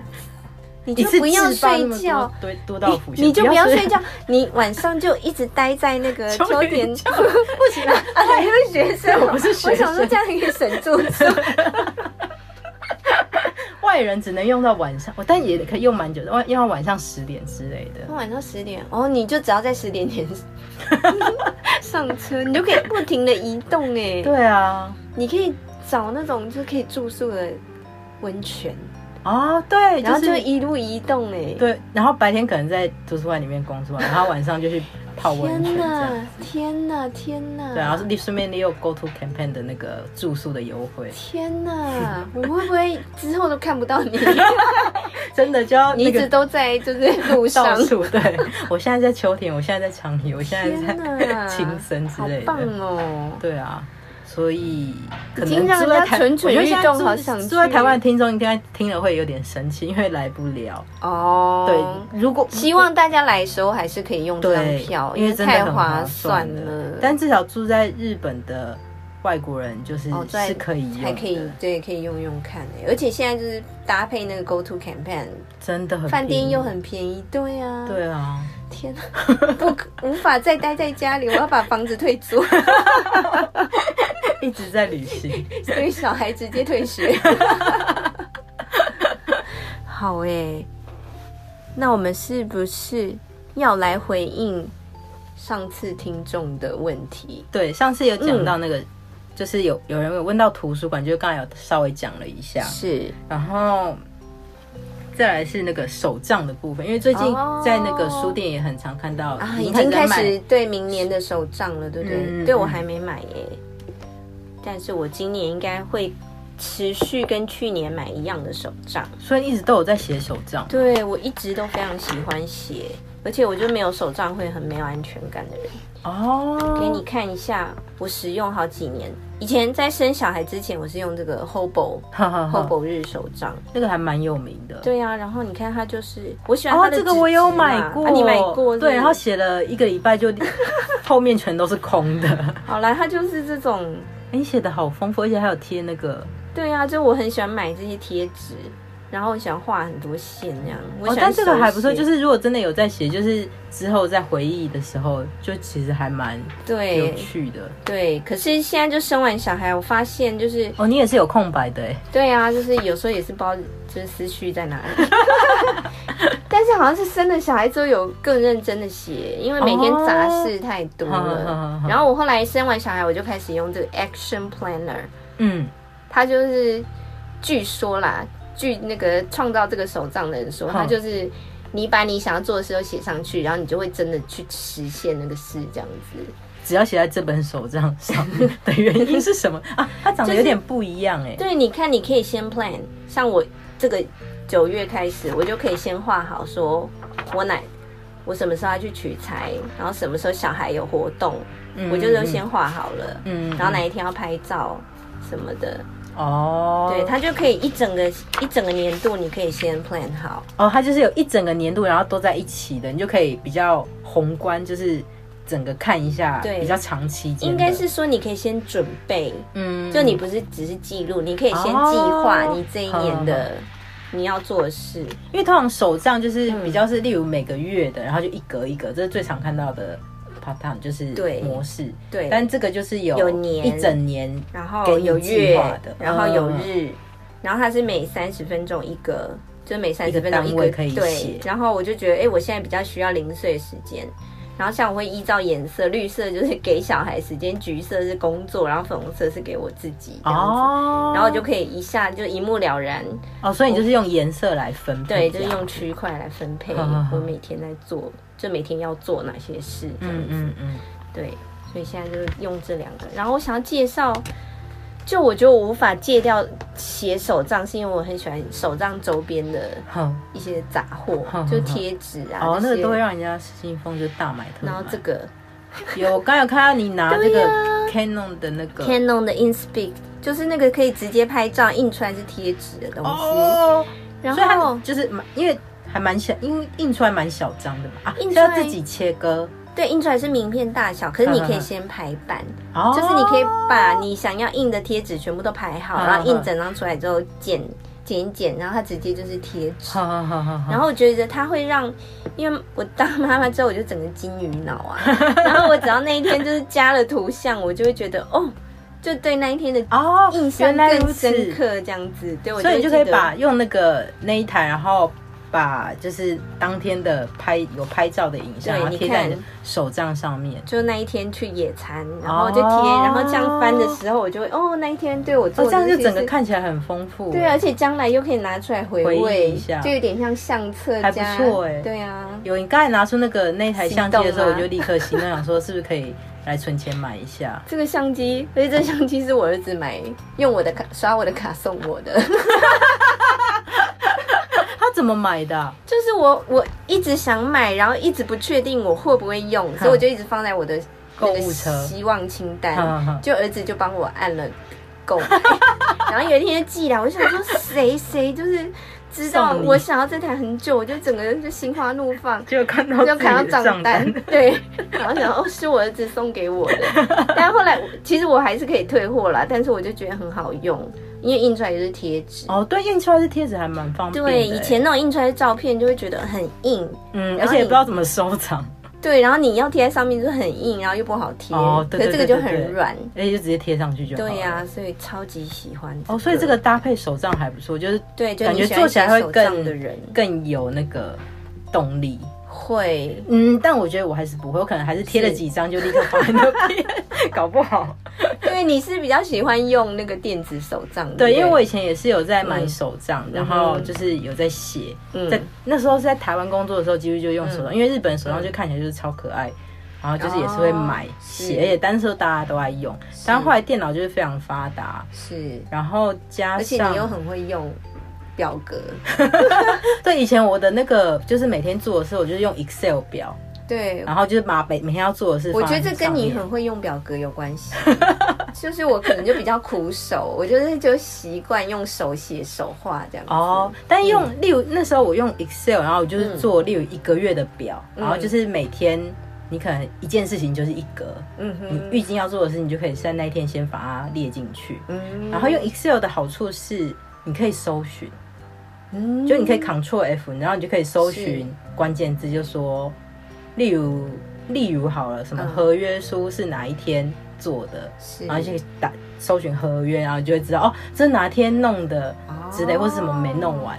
Speaker 2: 你
Speaker 1: 一
Speaker 2: 就
Speaker 1: 次
Speaker 2: 不要
Speaker 1: 自爆那
Speaker 2: 睡
Speaker 1: 么多
Speaker 2: 觉，，
Speaker 1: 多多到浮现，
Speaker 2: 你就不要睡觉，你晚上就一直待在那个秋田。
Speaker 1: 秋田 <laughs> 不行啊，
Speaker 2: 啊，你是学生哦，
Speaker 1: 我不是学生
Speaker 2: 我想说这样可以省住
Speaker 1: <laughs>
Speaker 2: 宿。
Speaker 1: <laughs> 外人只能用到晚上，我但也可以用蛮久的，用到晚上十点之类的。
Speaker 2: 晚上十点，哦，你就只要在十点前 <laughs> 上车，你就可以不停的移
Speaker 1: <laughs>
Speaker 2: 动哎。
Speaker 1: 对啊，
Speaker 2: 你可以找那种就可以住宿的温泉，
Speaker 1: 哦，对，
Speaker 2: 然后
Speaker 1: 是
Speaker 2: 就一路移动哎、
Speaker 1: 对，然后白天可能在图书馆里面工
Speaker 2: <laughs>
Speaker 1: 作，然后晚上就去泡温泉
Speaker 2: 天
Speaker 1: 这样。
Speaker 2: 哪，天哪，天哪！
Speaker 1: 对，啊然后是顺便利用 Go to Campaign 的那个住宿的优
Speaker 2: <laughs>
Speaker 1: 惠，
Speaker 2: 天
Speaker 1: <laughs>
Speaker 2: 哪，我会不会之后都看不到你？
Speaker 1: 真的就要
Speaker 2: 你
Speaker 1: 那
Speaker 2: 一直
Speaker 1: 个
Speaker 2: 都在就是路上
Speaker 1: 到。处。对，我现在在秋田，我现在在长野，我现在
Speaker 2: 天哪
Speaker 1: 在 <laughs> 青森之
Speaker 2: 好
Speaker 1: 类
Speaker 2: 棒
Speaker 1: 的。
Speaker 2: 哦！
Speaker 1: 对啊，所以可
Speaker 2: 已经
Speaker 1: 能
Speaker 2: 让
Speaker 1: 住
Speaker 2: 人
Speaker 1: 在
Speaker 2: 家
Speaker 1: 台，
Speaker 2: 蠢蠢
Speaker 1: 我觉得
Speaker 2: 欲
Speaker 1: 现在
Speaker 2: 动
Speaker 1: 住
Speaker 2: 好想
Speaker 1: 住在
Speaker 2: 去
Speaker 1: 台湾的听众应该听了会有点生气，因为来不了。
Speaker 2: 哦，
Speaker 1: 对，如果
Speaker 2: 希望大家来的时候还是可以用这张
Speaker 1: 对
Speaker 2: 票，，
Speaker 1: 因为真的
Speaker 2: 太
Speaker 1: 很
Speaker 2: 划
Speaker 1: 算
Speaker 2: 了。
Speaker 1: 但至少住在日本的外国人就是、
Speaker 2: 哦在
Speaker 1: 是可以用的，
Speaker 2: 还可以对，可以用用看欸而且现在就是搭配那个 Go To Campaign，
Speaker 1: 真的很
Speaker 2: 饭店
Speaker 1: 便宜
Speaker 2: 又很便宜，对呀、啊，，
Speaker 1: 对啊。
Speaker 2: 天哪，不可无法再待在家里，我要把房子退租， <laughs>
Speaker 1: 一直在旅行，
Speaker 2: <laughs> 所以小孩直接退学。 <laughs> 好哎、那我们是不是要来回应上次听众的问题？
Speaker 1: 对，上次有讲
Speaker 2: 嗯
Speaker 1: 到那个，就是有有人有问到图书馆，就是刚才有稍微讲了一下，
Speaker 2: 是
Speaker 1: 然后再来是那个手账的部分，因为最近
Speaker 2: 哦
Speaker 1: 在那个书店也很常看到
Speaker 2: 啊，
Speaker 1: 已
Speaker 2: 已
Speaker 1: 经
Speaker 2: 经开
Speaker 1: 在卖
Speaker 2: 始对明年的手账了，对不对？
Speaker 1: 嗯嗯
Speaker 2: 对我
Speaker 1: 嗯
Speaker 2: 还没买耶，但是我今年应该会持续跟去年买一样的手账。
Speaker 1: 所以一直都有在写手账。
Speaker 2: 对我一直都非常喜欢写，而且我就没有手账会很没有安全感的人。
Speaker 1: 哦，
Speaker 2: 给你看一下，我使用好几年。以前在生小孩之前，我是用这个 Hobo
Speaker 1: 哈啊哈哈
Speaker 2: Hobo 日手账。
Speaker 1: 那个还蛮有名的。
Speaker 2: 对呀、啊然后你看它就是我喜欢它
Speaker 1: 哦，
Speaker 2: 的
Speaker 1: 这个
Speaker 2: 纸
Speaker 1: 我有
Speaker 2: 质嘛
Speaker 1: 买过，
Speaker 2: 啊你买过是不
Speaker 1: 对，
Speaker 2: 是
Speaker 1: 然后写了一个礼拜就， <laughs> 后面全都是空的。 <laughs>
Speaker 2: 好啦，它就是这种
Speaker 1: 哎你写的好丰富，而且还有贴那个，
Speaker 2: 对啊，就我很喜欢买这些贴纸，然后想画很多线那样。我
Speaker 1: 哦，
Speaker 2: 喜欢
Speaker 1: 但这个还不错，
Speaker 2: 手写
Speaker 1: 就是如果真的有在写，就是之后在回忆的时候，就其实还蛮有
Speaker 2: 对
Speaker 1: 趣的。
Speaker 2: 对。可是现在就生完小孩，我发现就是
Speaker 1: 哦，你也是有空白的哎，
Speaker 2: 对啊，就是有时候也是不知道就是思绪在哪里。但是好像是生了小孩之后有更认真的写，因为每天杂事太多了。然后我后来生完小孩，我就开始用这个 Action Planner，
Speaker 1: 嗯，
Speaker 2: 它就是据说啦，据那个创造这个手账的人说，它就是。你把你想要做的事都写上去，然后你就会真的去实现那个事，这样子。
Speaker 1: 只要写在这本手账上面的原因是什么啊？它长得有点不一样哎，
Speaker 2: 对，你看，你可以先 plan，像我这个九月开始，我就可以先画好，说我哪我什么时候要去取材，然后什么时候小孩有活动，
Speaker 1: 嗯
Speaker 2: 我就都先画好了。
Speaker 1: 嗯
Speaker 2: 然后哪一天要拍照什么的，
Speaker 1: 哦，
Speaker 2: 对，它就可以一整个一整个年度，你可以先 plan 好。
Speaker 1: 哦，它就是有一整个年度，然后都在一起的，你就可以比较宏观，就是整个看一下，
Speaker 2: 对
Speaker 1: 比较长期间的，
Speaker 2: 应该是说你可以先准备，
Speaker 1: 嗯，
Speaker 2: 就你不是只是记录，你可以先计
Speaker 1: 哦
Speaker 2: 划你这一年
Speaker 1: 好
Speaker 2: 的你要做的事。
Speaker 1: 因为通常手账就是比较是，例如每个月的，然后就一格一格，这是最常看到的 pattern，就是
Speaker 2: 对
Speaker 1: 模式。
Speaker 2: 对，
Speaker 1: 但这个就是有
Speaker 2: 有年
Speaker 1: 一整年，
Speaker 2: 然后
Speaker 1: 给你
Speaker 2: 有
Speaker 1: 计
Speaker 2: 月
Speaker 1: 划的，
Speaker 2: 然后有
Speaker 1: 嗯
Speaker 2: 日，然后它是每三十分钟一个，就是每三
Speaker 1: 一个
Speaker 2: 十分钟
Speaker 1: 单
Speaker 2: 一
Speaker 1: 位
Speaker 2: 个
Speaker 1: 可以写
Speaker 2: 对。然后我就觉得，哎、我现在比较需要零碎时间。然后像我会依照颜色，绿色就是给小孩时间，橘色是工作，然后粉红色是给我自己这样子。
Speaker 1: 哦，
Speaker 2: 然后就可以一下就一目了然，
Speaker 1: 哦，所以你就是用颜色来分配
Speaker 2: 对，
Speaker 1: 这
Speaker 2: 就是
Speaker 1: 样，
Speaker 2: 用区块来分配
Speaker 1: 好好好
Speaker 2: 我每天在做，就每天要做哪些事这样子
Speaker 1: 嗯。嗯嗯，
Speaker 2: 对，所以现在就是用这两个。然后我想要介绍，就我觉得我无法戒掉写手账，是因为我很喜欢手账周边的
Speaker 1: 好、
Speaker 2: 一些杂
Speaker 1: <laughs>
Speaker 2: 货
Speaker 1: 哼，
Speaker 2: 就
Speaker 1: 哼
Speaker 2: 贴纸啊，
Speaker 1: 哦，那
Speaker 2: 这
Speaker 1: 个
Speaker 2: 些
Speaker 1: 都会。让人家失心疯，就大买特买。
Speaker 2: 然后这个
Speaker 1: 有，我刚有看到你拿这
Speaker 2: 对
Speaker 1: 个
Speaker 2: 呀
Speaker 1: Canon 的那个
Speaker 2: Canon 的 InSpeak 就是那个可以直接拍照印出来是贴纸的东西，
Speaker 1: 哦，
Speaker 2: 然
Speaker 1: 所以它
Speaker 2: 后
Speaker 1: 就是蛮，因为还蛮小，因为印出来蛮小张的嘛，啊，
Speaker 2: 印
Speaker 1: 是要
Speaker 2: 出来
Speaker 1: 自己切割，
Speaker 2: 对印出来是名片大小，可是你可
Speaker 1: 哼哼
Speaker 2: 以先排版，
Speaker 1: <laughs> 哦，
Speaker 2: 就是你可以把你想要印的贴纸全部都
Speaker 1: <laughs>
Speaker 2: 排好，
Speaker 1: 哼
Speaker 2: 然后
Speaker 1: 哼
Speaker 2: 印整张出来之后剪剪一剪，然后它直接就是贴纸。
Speaker 1: 好好好好好，
Speaker 2: 然后我觉得它会让，因为我当妈妈之后，我就整个金鱼脑
Speaker 1: <laughs>
Speaker 2: 啊。然后我只要那一天就是加了图像，我就会觉得哦，就对那一天的
Speaker 1: 哦，
Speaker 2: 印象
Speaker 1: 原来如
Speaker 2: 更
Speaker 1: 此
Speaker 2: 深刻，这样子。对，我
Speaker 1: 所以你就
Speaker 2: 会
Speaker 1: 可以
Speaker 2: 记得
Speaker 1: 把用那个那一台，然后把就是当天的拍有拍照的影像，
Speaker 2: 对
Speaker 1: 然后
Speaker 2: 你
Speaker 1: 贴在
Speaker 2: 看
Speaker 1: 你的手账上面。
Speaker 2: 就那一天去野餐，然后就贴，
Speaker 1: 哦
Speaker 2: 然后这样翻的时候，我就会哦，那一天对我做
Speaker 1: 哦，
Speaker 2: 的
Speaker 1: 这样就
Speaker 2: 事
Speaker 1: 整个
Speaker 2: 是。
Speaker 1: 看起来很丰富。
Speaker 2: 对，啊而且将来又可以拿出来回
Speaker 1: 回忆
Speaker 2: 味
Speaker 1: 一下
Speaker 2: 就有点像相册
Speaker 1: 还不
Speaker 2: 加，
Speaker 1: 错欸
Speaker 2: 对啊，
Speaker 1: 有你刚才拿出那个那一台相机的时候，
Speaker 2: 心动啊
Speaker 1: 我就立刻心动，想说是不是可以来存钱买一下？
Speaker 2: 这个相机，而且这相机是我儿子买，用我的卡刷我的卡送我的。
Speaker 1: 他怎么买的啊？
Speaker 2: 就是我我一直想买，然后一直不确定我会不会用，所以我就一直放在我的
Speaker 1: 购
Speaker 2: 那个
Speaker 1: 物车
Speaker 2: 希望清单
Speaker 1: 嗯嗯嗯，
Speaker 2: 就儿子就帮我按了购买，然后有一天就寄来，我就想说谁谁就是知道
Speaker 1: 送你
Speaker 2: 我想要这台很久，我就整个人就心花怒放。
Speaker 1: 就看到
Speaker 2: 就
Speaker 1: 自己
Speaker 2: 看到
Speaker 1: 的
Speaker 2: 账
Speaker 1: 账
Speaker 2: 单
Speaker 1: 单，，
Speaker 2: 对，然后想哦，是我儿子送给我的，但后来我其实我还是可以退货啦，但是我就觉得很好用，因为印出来就是贴纸。
Speaker 1: 哦，对，印出来是贴纸还蛮方便的欸。
Speaker 2: 对，以前那种印出来的照片就会觉得很硬，
Speaker 1: 嗯，
Speaker 2: 然后
Speaker 1: 而且也
Speaker 2: 你
Speaker 1: 不知道怎么收藏，
Speaker 2: 对，然后你要贴在上面就很硬，然后又不好贴，
Speaker 1: 哦对对
Speaker 2: 可是这
Speaker 1: 对
Speaker 2: 个就
Speaker 1: 对对
Speaker 2: 很软。
Speaker 1: 而且就直接贴上去就好了。
Speaker 2: 对呀、所以超级喜欢、
Speaker 1: 哦，所以这个搭配手账还不错，就是
Speaker 2: 对，就
Speaker 1: 感
Speaker 2: 你
Speaker 1: 觉
Speaker 2: 喜欢
Speaker 1: 做起来
Speaker 2: 写
Speaker 1: 会
Speaker 2: 手
Speaker 1: 更
Speaker 2: 账的人
Speaker 1: 更有那个动力。 <laughs>
Speaker 2: 会，
Speaker 1: 嗯，但我觉得我还是不会，我可能还是贴了
Speaker 2: 是
Speaker 1: 几张就立刻放在那边，
Speaker 2: <laughs>
Speaker 1: 搞不好。
Speaker 2: 因为你是比较喜欢用那个电子手账，
Speaker 1: 对，
Speaker 2: 不
Speaker 1: 因为我以前也是有在买手账，然后
Speaker 2: 嗯哼
Speaker 1: 就是有在写，
Speaker 2: 嗯
Speaker 1: 在那时候是在台湾工作的时候，几乎就用手账，因为日本手账就看起来就是超可爱。然后就是也是会买
Speaker 2: 嗯哦
Speaker 1: 写，
Speaker 2: 是
Speaker 1: 而且单候大家都爱用。但后来电脑就是非常发达，
Speaker 2: 是，
Speaker 1: 然后加
Speaker 2: 而且
Speaker 1: 上
Speaker 2: 你又很会用表格，
Speaker 1: <laughs> 对以前我的那个就是每天做的时候，我就是用 Excel 表，
Speaker 2: 对
Speaker 1: 然，后就是把每每天要做的事
Speaker 2: 我
Speaker 1: 放在上
Speaker 2: 觉得
Speaker 1: 面。
Speaker 2: 这跟你很会用表格有关系， <laughs>
Speaker 1: <laughs>
Speaker 2: 就是我可能就比较苦手，我就是就习惯用手写手画这样子，
Speaker 1: 哦，但用、
Speaker 2: 嗯
Speaker 1: 例如那时候我用 Excel，然后我就是做例如一个月的表，
Speaker 2: 嗯
Speaker 1: 然后就是每天你可能一件事情就是一格，
Speaker 2: 嗯
Speaker 1: 你
Speaker 2: 哼，
Speaker 1: 预计要做的事情就可以在那一天先把它列进去。
Speaker 2: 嗯
Speaker 1: 然后用 Excel 的好处是你可以搜寻，
Speaker 2: 嗯
Speaker 1: 就你可以 Ctrl F，然后你就可以搜寻
Speaker 2: 是
Speaker 1: 关键字，就说，例如例如好了，什么
Speaker 2: 嗯
Speaker 1: 合约书是哪一天做的，
Speaker 2: 是
Speaker 1: 然后就可以打搜寻合约，然后你就会知道哦，这哪天弄的之
Speaker 2: 哦
Speaker 1: 类，或是什么没弄完。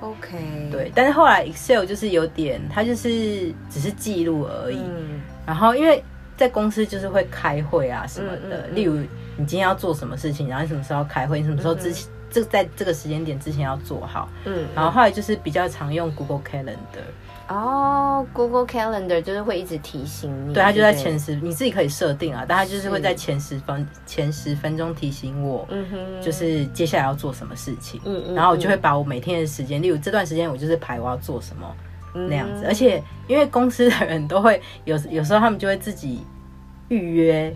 Speaker 2: OK，，
Speaker 1: 对，但是后来 Excel 就是有点，它就是只是记录而已。
Speaker 2: 嗯，
Speaker 1: 然后因为在公司就是会开会啊什么的，
Speaker 2: 嗯嗯嗯
Speaker 1: 例如你今天要做什么事情，然后你什么时候要开会，你什么时候之前、这在这个时间点之前要做好。
Speaker 2: 嗯，
Speaker 1: 然后后来就是比较常用 Google Calendar，
Speaker 2: 哦，Google Calendar 就是会一直提醒你，
Speaker 1: 对，它就在
Speaker 2: 不对
Speaker 1: 前，十，你自己可以设定啊，但它就是会
Speaker 2: 是
Speaker 1: 在前十分前十分钟提醒我，
Speaker 2: 嗯哼，
Speaker 1: 就是接下来要做什么事情。
Speaker 2: 嗯，嗯嗯，
Speaker 1: 然后我就会把我每天的时间，例如这段时间我就是排我要做什么，
Speaker 2: 嗯
Speaker 1: 那样子。而且因为公司的人都会有有时候他们就会自己预约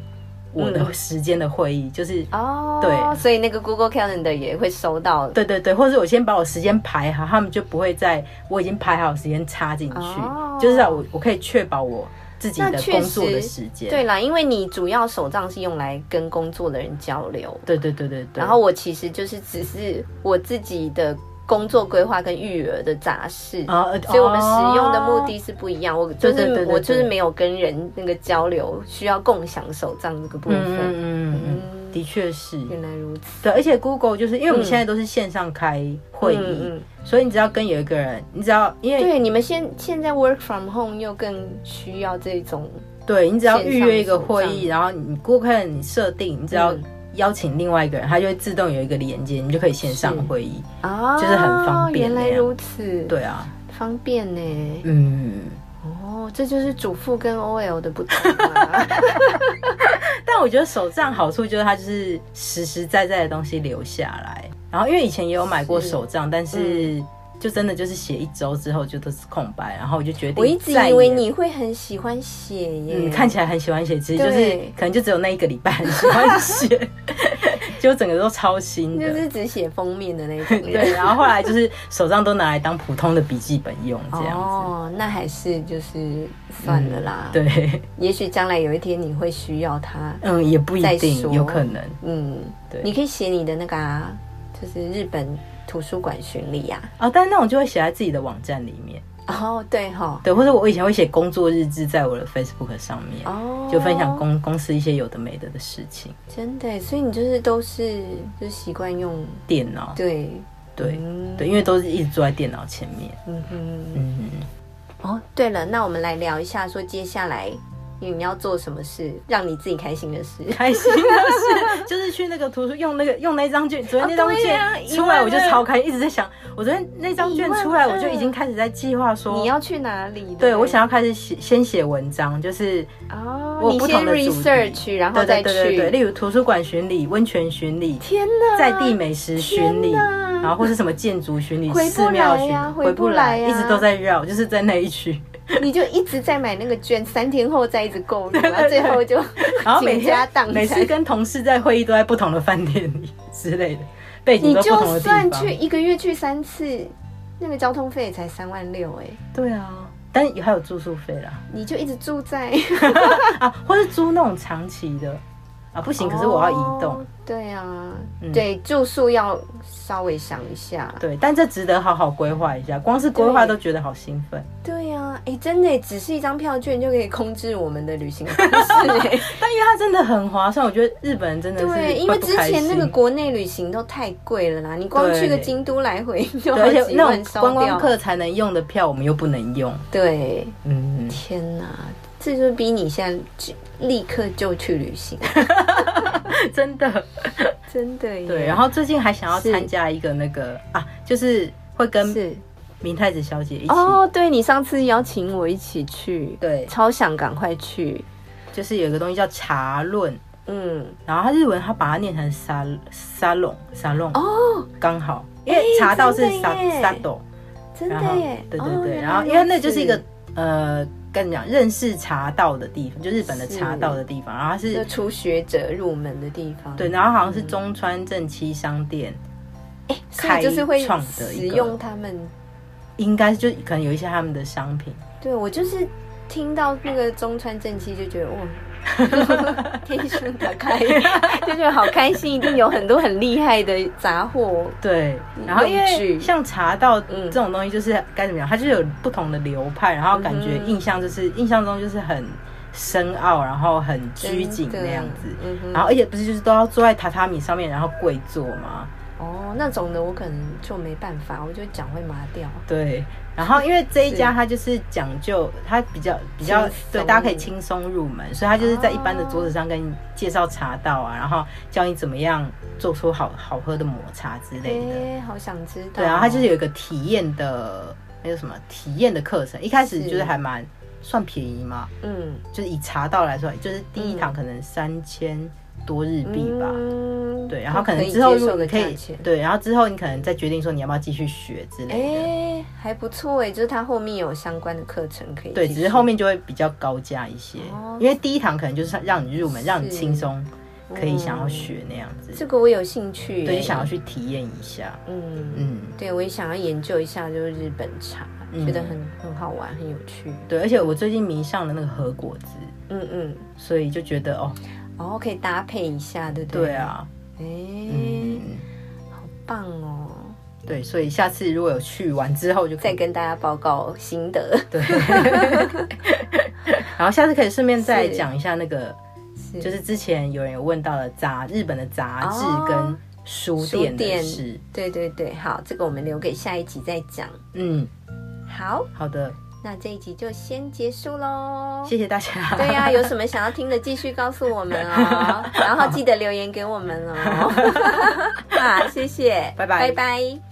Speaker 1: 我的
Speaker 2: 嗯
Speaker 1: 时间的会议，就是
Speaker 2: 哦，
Speaker 1: 对
Speaker 2: 所以那个 Google Calendar 也会收到
Speaker 1: 对对对，或者我先把我时间排好，他们就不会在我已经排好时间插进去，
Speaker 2: 哦
Speaker 1: 就是让我我可以确保我自己
Speaker 2: 那
Speaker 1: 的
Speaker 2: 确
Speaker 1: 工作的
Speaker 2: 实
Speaker 1: 时间。
Speaker 2: 对啦，因为你主要手账是用来跟工作的人交流，
Speaker 1: 对对对对对，
Speaker 2: 然后我其实就是只是我自己的工作规划跟育儿的杂事。
Speaker 1: 啊，呃
Speaker 2: 所以我们使用的目的是不一样，我就是
Speaker 1: 哦对对对对
Speaker 2: 我就是没有跟人那个交流，需要共享手账这个部
Speaker 1: 哦嗯嗯
Speaker 2: 分。
Speaker 1: 嗯嗯，
Speaker 2: 嗯
Speaker 1: 的确是。
Speaker 2: 原来如此，
Speaker 1: 对，而且 Google 就是因为我们现在都是线上开会议，
Speaker 2: 嗯嗯
Speaker 1: 所以你只要跟有一个人，你只要因为
Speaker 2: 对，你们现现在 work from home 又更需要这种，
Speaker 1: 对你只要预约一个会
Speaker 2: 线上
Speaker 1: 议，
Speaker 2: 手
Speaker 1: 然后你 Google 你设定，你只要
Speaker 2: 嗯
Speaker 1: 邀请另外一个人，他就会自动有一个连接，你就可以线上会议。
Speaker 2: 啊，
Speaker 1: 就是很方便
Speaker 2: 原
Speaker 1: 那
Speaker 2: 来
Speaker 1: 样
Speaker 2: 如此，，
Speaker 1: 对啊，
Speaker 2: 方便呢。
Speaker 1: 嗯。
Speaker 2: 哦，这就是主妇跟 OL 的不同啊。
Speaker 1: <laughs> 但我觉得手账好处就是它就是实实在在的东西留下来。然后因为以前也有买过手账，但是就真的就是写一周之后就都是空白，然后我就决定
Speaker 2: 我一直
Speaker 1: 再
Speaker 2: 以
Speaker 1: 也
Speaker 2: 为你会很喜欢写耶，
Speaker 1: 嗯看起来很喜欢写，其实就是
Speaker 2: 对
Speaker 1: 可能就只有那一个礼拜很喜欢
Speaker 2: <laughs>
Speaker 1: 写，就整个都超新的。
Speaker 2: 就是只写封面的那种
Speaker 1: <laughs>
Speaker 2: 人。
Speaker 1: 对，然后后来就是手账都拿来当普通的笔记本用，这样子。嗯
Speaker 2: 哦，那还是就是算了啦。，
Speaker 1: 对，
Speaker 2: 也许将来有一天你会需要它。
Speaker 1: 嗯，也不一
Speaker 2: 再
Speaker 1: 定，
Speaker 2: 说
Speaker 1: 有可能。
Speaker 2: 嗯，
Speaker 1: 对
Speaker 2: 你可以写你的那个啊，就是日本图书馆巡礼啊。
Speaker 1: 哦，但那种就会写在自己的网站里面，
Speaker 2: 哦，对哈。
Speaker 1: 对，或者我以前会写工作日志在我的 Facebook 上面，
Speaker 2: 哦，
Speaker 1: 就分享公公司一些有的没的的事情，
Speaker 2: 真的耶，所以你就是都是就习惯用
Speaker 1: 电脑，
Speaker 2: 对
Speaker 1: 对
Speaker 2: 嗯
Speaker 1: 对，因为都是一直坐在电脑前面，
Speaker 2: 嗯哼。
Speaker 1: 嗯，
Speaker 2: 哦，对了，那我们来聊一下，说接下来你要做什么事，让你自己开心的事。
Speaker 1: 开心的是 <laughs> 就是去那个图书用那个用那张卷，昨天那张
Speaker 2: 对
Speaker 1: 卷、
Speaker 2: 啊
Speaker 1: 出来我就
Speaker 2: 一万二
Speaker 1: 超开心，一直在想，我昨天那张卷出来
Speaker 2: 一万
Speaker 1: 我
Speaker 2: 二
Speaker 1: 就已经开始在计划说
Speaker 2: <laughs> 你要去哪里？不
Speaker 1: 对我想要开始写，先写文章，就是
Speaker 2: 哦，
Speaker 1: 我有
Speaker 2: 你
Speaker 1: 不
Speaker 2: 先
Speaker 1: 同的主题
Speaker 2: research，然后
Speaker 1: 对
Speaker 2: 再
Speaker 1: 对
Speaker 2: 去。
Speaker 1: 对对对，例如图书馆巡礼、温泉巡礼、
Speaker 2: 天哪，
Speaker 1: 在地美食巡礼，
Speaker 2: 天哪
Speaker 1: 然后或是什么建筑巡礼、
Speaker 2: 回不
Speaker 1: 寺庙巡
Speaker 2: 来呀
Speaker 1: 礼，
Speaker 2: 回不来呀
Speaker 1: 一直都在绕，就是在那一区，
Speaker 2: 你就一直在买那个券，三天后再一直购入，
Speaker 1: <laughs>
Speaker 2: 然后最后就 <laughs>
Speaker 1: 然后每
Speaker 2: 倾家
Speaker 1: 天
Speaker 2: 荡
Speaker 1: 每次
Speaker 2: 产。
Speaker 1: 跟同事在会议都在不同的饭店里之类的，背景
Speaker 2: 你
Speaker 1: 都不同
Speaker 2: 就
Speaker 1: 的地方
Speaker 2: 算。去一个月去三次，那个交通费也才三万六哎，
Speaker 1: 对啊，但还有住宿费啦 <laughs>
Speaker 2: 你就一直住在。
Speaker 1: 啊，或是租那种长期的啊，不行，可是我要移动。
Speaker 2: 哦对啊，
Speaker 1: 嗯
Speaker 2: 对住宿要稍微想一下。
Speaker 1: 对，但这值得好好规划一下，光是规划
Speaker 2: 对
Speaker 1: 都觉得好兴奋。
Speaker 2: 对啊，哎，真的耶，只是一张票券就可以控制我们的旅行方式
Speaker 1: <laughs>
Speaker 2: 耶。
Speaker 1: 但因为它真的很划算，我觉得日本人真的是
Speaker 2: 对，
Speaker 1: 会
Speaker 2: 因为
Speaker 1: 不
Speaker 2: 之
Speaker 1: 开
Speaker 2: 前那个
Speaker 1: 心
Speaker 2: 国内旅行都太贵了啦，你光去个
Speaker 1: 对
Speaker 2: 京都来回
Speaker 1: 对
Speaker 2: 就好
Speaker 1: 而且
Speaker 2: 几
Speaker 1: 那
Speaker 2: 万
Speaker 1: 种
Speaker 2: 烧
Speaker 1: 观
Speaker 2: 掉
Speaker 1: 光。客才能用的票，我们又不能
Speaker 2: <laughs>
Speaker 1: 用。
Speaker 2: 对，
Speaker 1: 嗯，
Speaker 2: 天哪，这就是逼你现在就立刻就去
Speaker 1: <laughs>
Speaker 2: 旅行，
Speaker 1: 真的。
Speaker 2: 真的耶。
Speaker 1: 对，然后最近还想要
Speaker 2: 是
Speaker 1: 参加一个那个啊，就是会跟
Speaker 2: 是
Speaker 1: 明太子小姐一起，
Speaker 2: 哦，对你上次邀请我一起去，
Speaker 1: 对，
Speaker 2: 超想赶快去。
Speaker 1: 就是有一个东西叫茶论，
Speaker 2: 嗯，
Speaker 1: 然后它日文它把它念成沙沙龙沙龙，
Speaker 2: 哦，
Speaker 1: 刚好，因为茶道是
Speaker 2: 真的
Speaker 1: 沙
Speaker 2: 耶
Speaker 1: 沙斗，
Speaker 2: 真的
Speaker 1: 然后
Speaker 2: 耶。
Speaker 1: 对
Speaker 2: 哦
Speaker 1: 对对，
Speaker 2: 原来
Speaker 1: 然后因为那
Speaker 2: 如此
Speaker 1: 就是一个呃，跟你讲认识茶道的地方，就日本的
Speaker 2: 是
Speaker 1: 茶道的地方，然后它
Speaker 2: 就是初学者入门的地方。
Speaker 1: 对，，然后好像
Speaker 2: 嗯
Speaker 1: 是中川正七商店，
Speaker 2: 所以就是会
Speaker 1: 开创的
Speaker 2: 使
Speaker 1: 一个
Speaker 2: 用他们。
Speaker 1: 应该就可能有一些他们的商品，
Speaker 2: 对我就是听到那个中川正七就觉得哇， <laughs> 天书打
Speaker 1: <laughs>
Speaker 2: 开，就觉得好开心，一定有很多很厉害的杂货。
Speaker 1: 对，然后因
Speaker 2: 用具
Speaker 1: 为像茶道
Speaker 2: 嗯
Speaker 1: 这种东西，就是该怎么样，它就有不同的流派，然后感
Speaker 2: 嗯
Speaker 1: 觉印象就是、印象中就是很深奥，然后很拘谨
Speaker 2: 真
Speaker 1: 那
Speaker 2: 的
Speaker 1: 样子。
Speaker 2: 嗯哼
Speaker 1: 然后而且不是就是都要坐在榻榻米上面，然后跪坐吗？
Speaker 2: 哦，那种的我可能就没办法，我觉得脚会麻掉。
Speaker 1: 对。然后因为这一家
Speaker 2: 是
Speaker 1: 它就是讲究，它比较比较
Speaker 2: 轻松
Speaker 1: 对，大家可以轻松入门，所以它就是在一般的桌子上跟你介绍茶道啊，然后教你怎么样做出好好喝的抹茶之类的。
Speaker 2: 哎、好想知道。
Speaker 1: 对，然后它就是有一个体验的，那个什么体验的课程，一开始就是是还蛮算便宜嘛，
Speaker 2: 嗯
Speaker 1: 就是以茶道来说，就是第一
Speaker 2: 嗯
Speaker 1: 堂可能三千多日币吧。
Speaker 2: 嗯
Speaker 1: 对，然后可
Speaker 2: 可
Speaker 1: 能
Speaker 2: 以
Speaker 1: 之后如
Speaker 2: 接
Speaker 1: 果
Speaker 2: 受
Speaker 1: 你
Speaker 2: 的
Speaker 1: 可
Speaker 2: 价
Speaker 1: 以
Speaker 2: 钱。
Speaker 1: 对，然后之后你可能再决定说你要不要继续学之
Speaker 2: 哎、
Speaker 1: 类的。
Speaker 2: 还不错哎、就是它后面有相关的课程可以继续。
Speaker 1: 对，只是后面就会比较高价一些
Speaker 2: 哦，
Speaker 1: 因为第一堂可能就是让你入门，让你
Speaker 2: 是
Speaker 1: 轻松，可以想要
Speaker 2: 嗯
Speaker 1: 学那样子
Speaker 2: 这，个我有兴趣、欸，
Speaker 1: 对，就想要去体验一下。
Speaker 2: 嗯嗯，
Speaker 1: 嗯，
Speaker 2: 对我也想要研究一下，就是日本茶，
Speaker 1: 嗯
Speaker 2: 觉得很很好玩，很有趣。
Speaker 1: 对，而且我最近迷上了那个和果子，
Speaker 2: 嗯嗯，
Speaker 1: 所以就觉得哦，
Speaker 2: 然后可以搭配一下，对不对？
Speaker 1: 对，啊，
Speaker 2: 哎、
Speaker 1: 嗯。
Speaker 2: 棒哦！
Speaker 1: 对，所以下次如果有去完之后就可
Speaker 2: 再
Speaker 1: 以
Speaker 2: 跟大家报告心得，
Speaker 1: 对， <laughs> 然后下次可以顺便再
Speaker 2: 是
Speaker 1: 讲一下那个，就是之前有人有问到的杂日本的杂志
Speaker 2: 哦
Speaker 1: 跟书
Speaker 2: 书
Speaker 1: 店的
Speaker 2: 店
Speaker 1: 事。
Speaker 2: 对对对，好，这个我们留给下一集再讲。
Speaker 1: 嗯，
Speaker 2: 好，
Speaker 1: 好的，
Speaker 2: 那这一集就先结束喽。
Speaker 1: 谢谢大家。
Speaker 2: 对呀、有什么想要听的，继续告诉我们
Speaker 1: <laughs>
Speaker 2: <laughs> 哦，然后记得留言给我们哦。啊，谢谢，
Speaker 1: 拜拜
Speaker 2: 拜拜。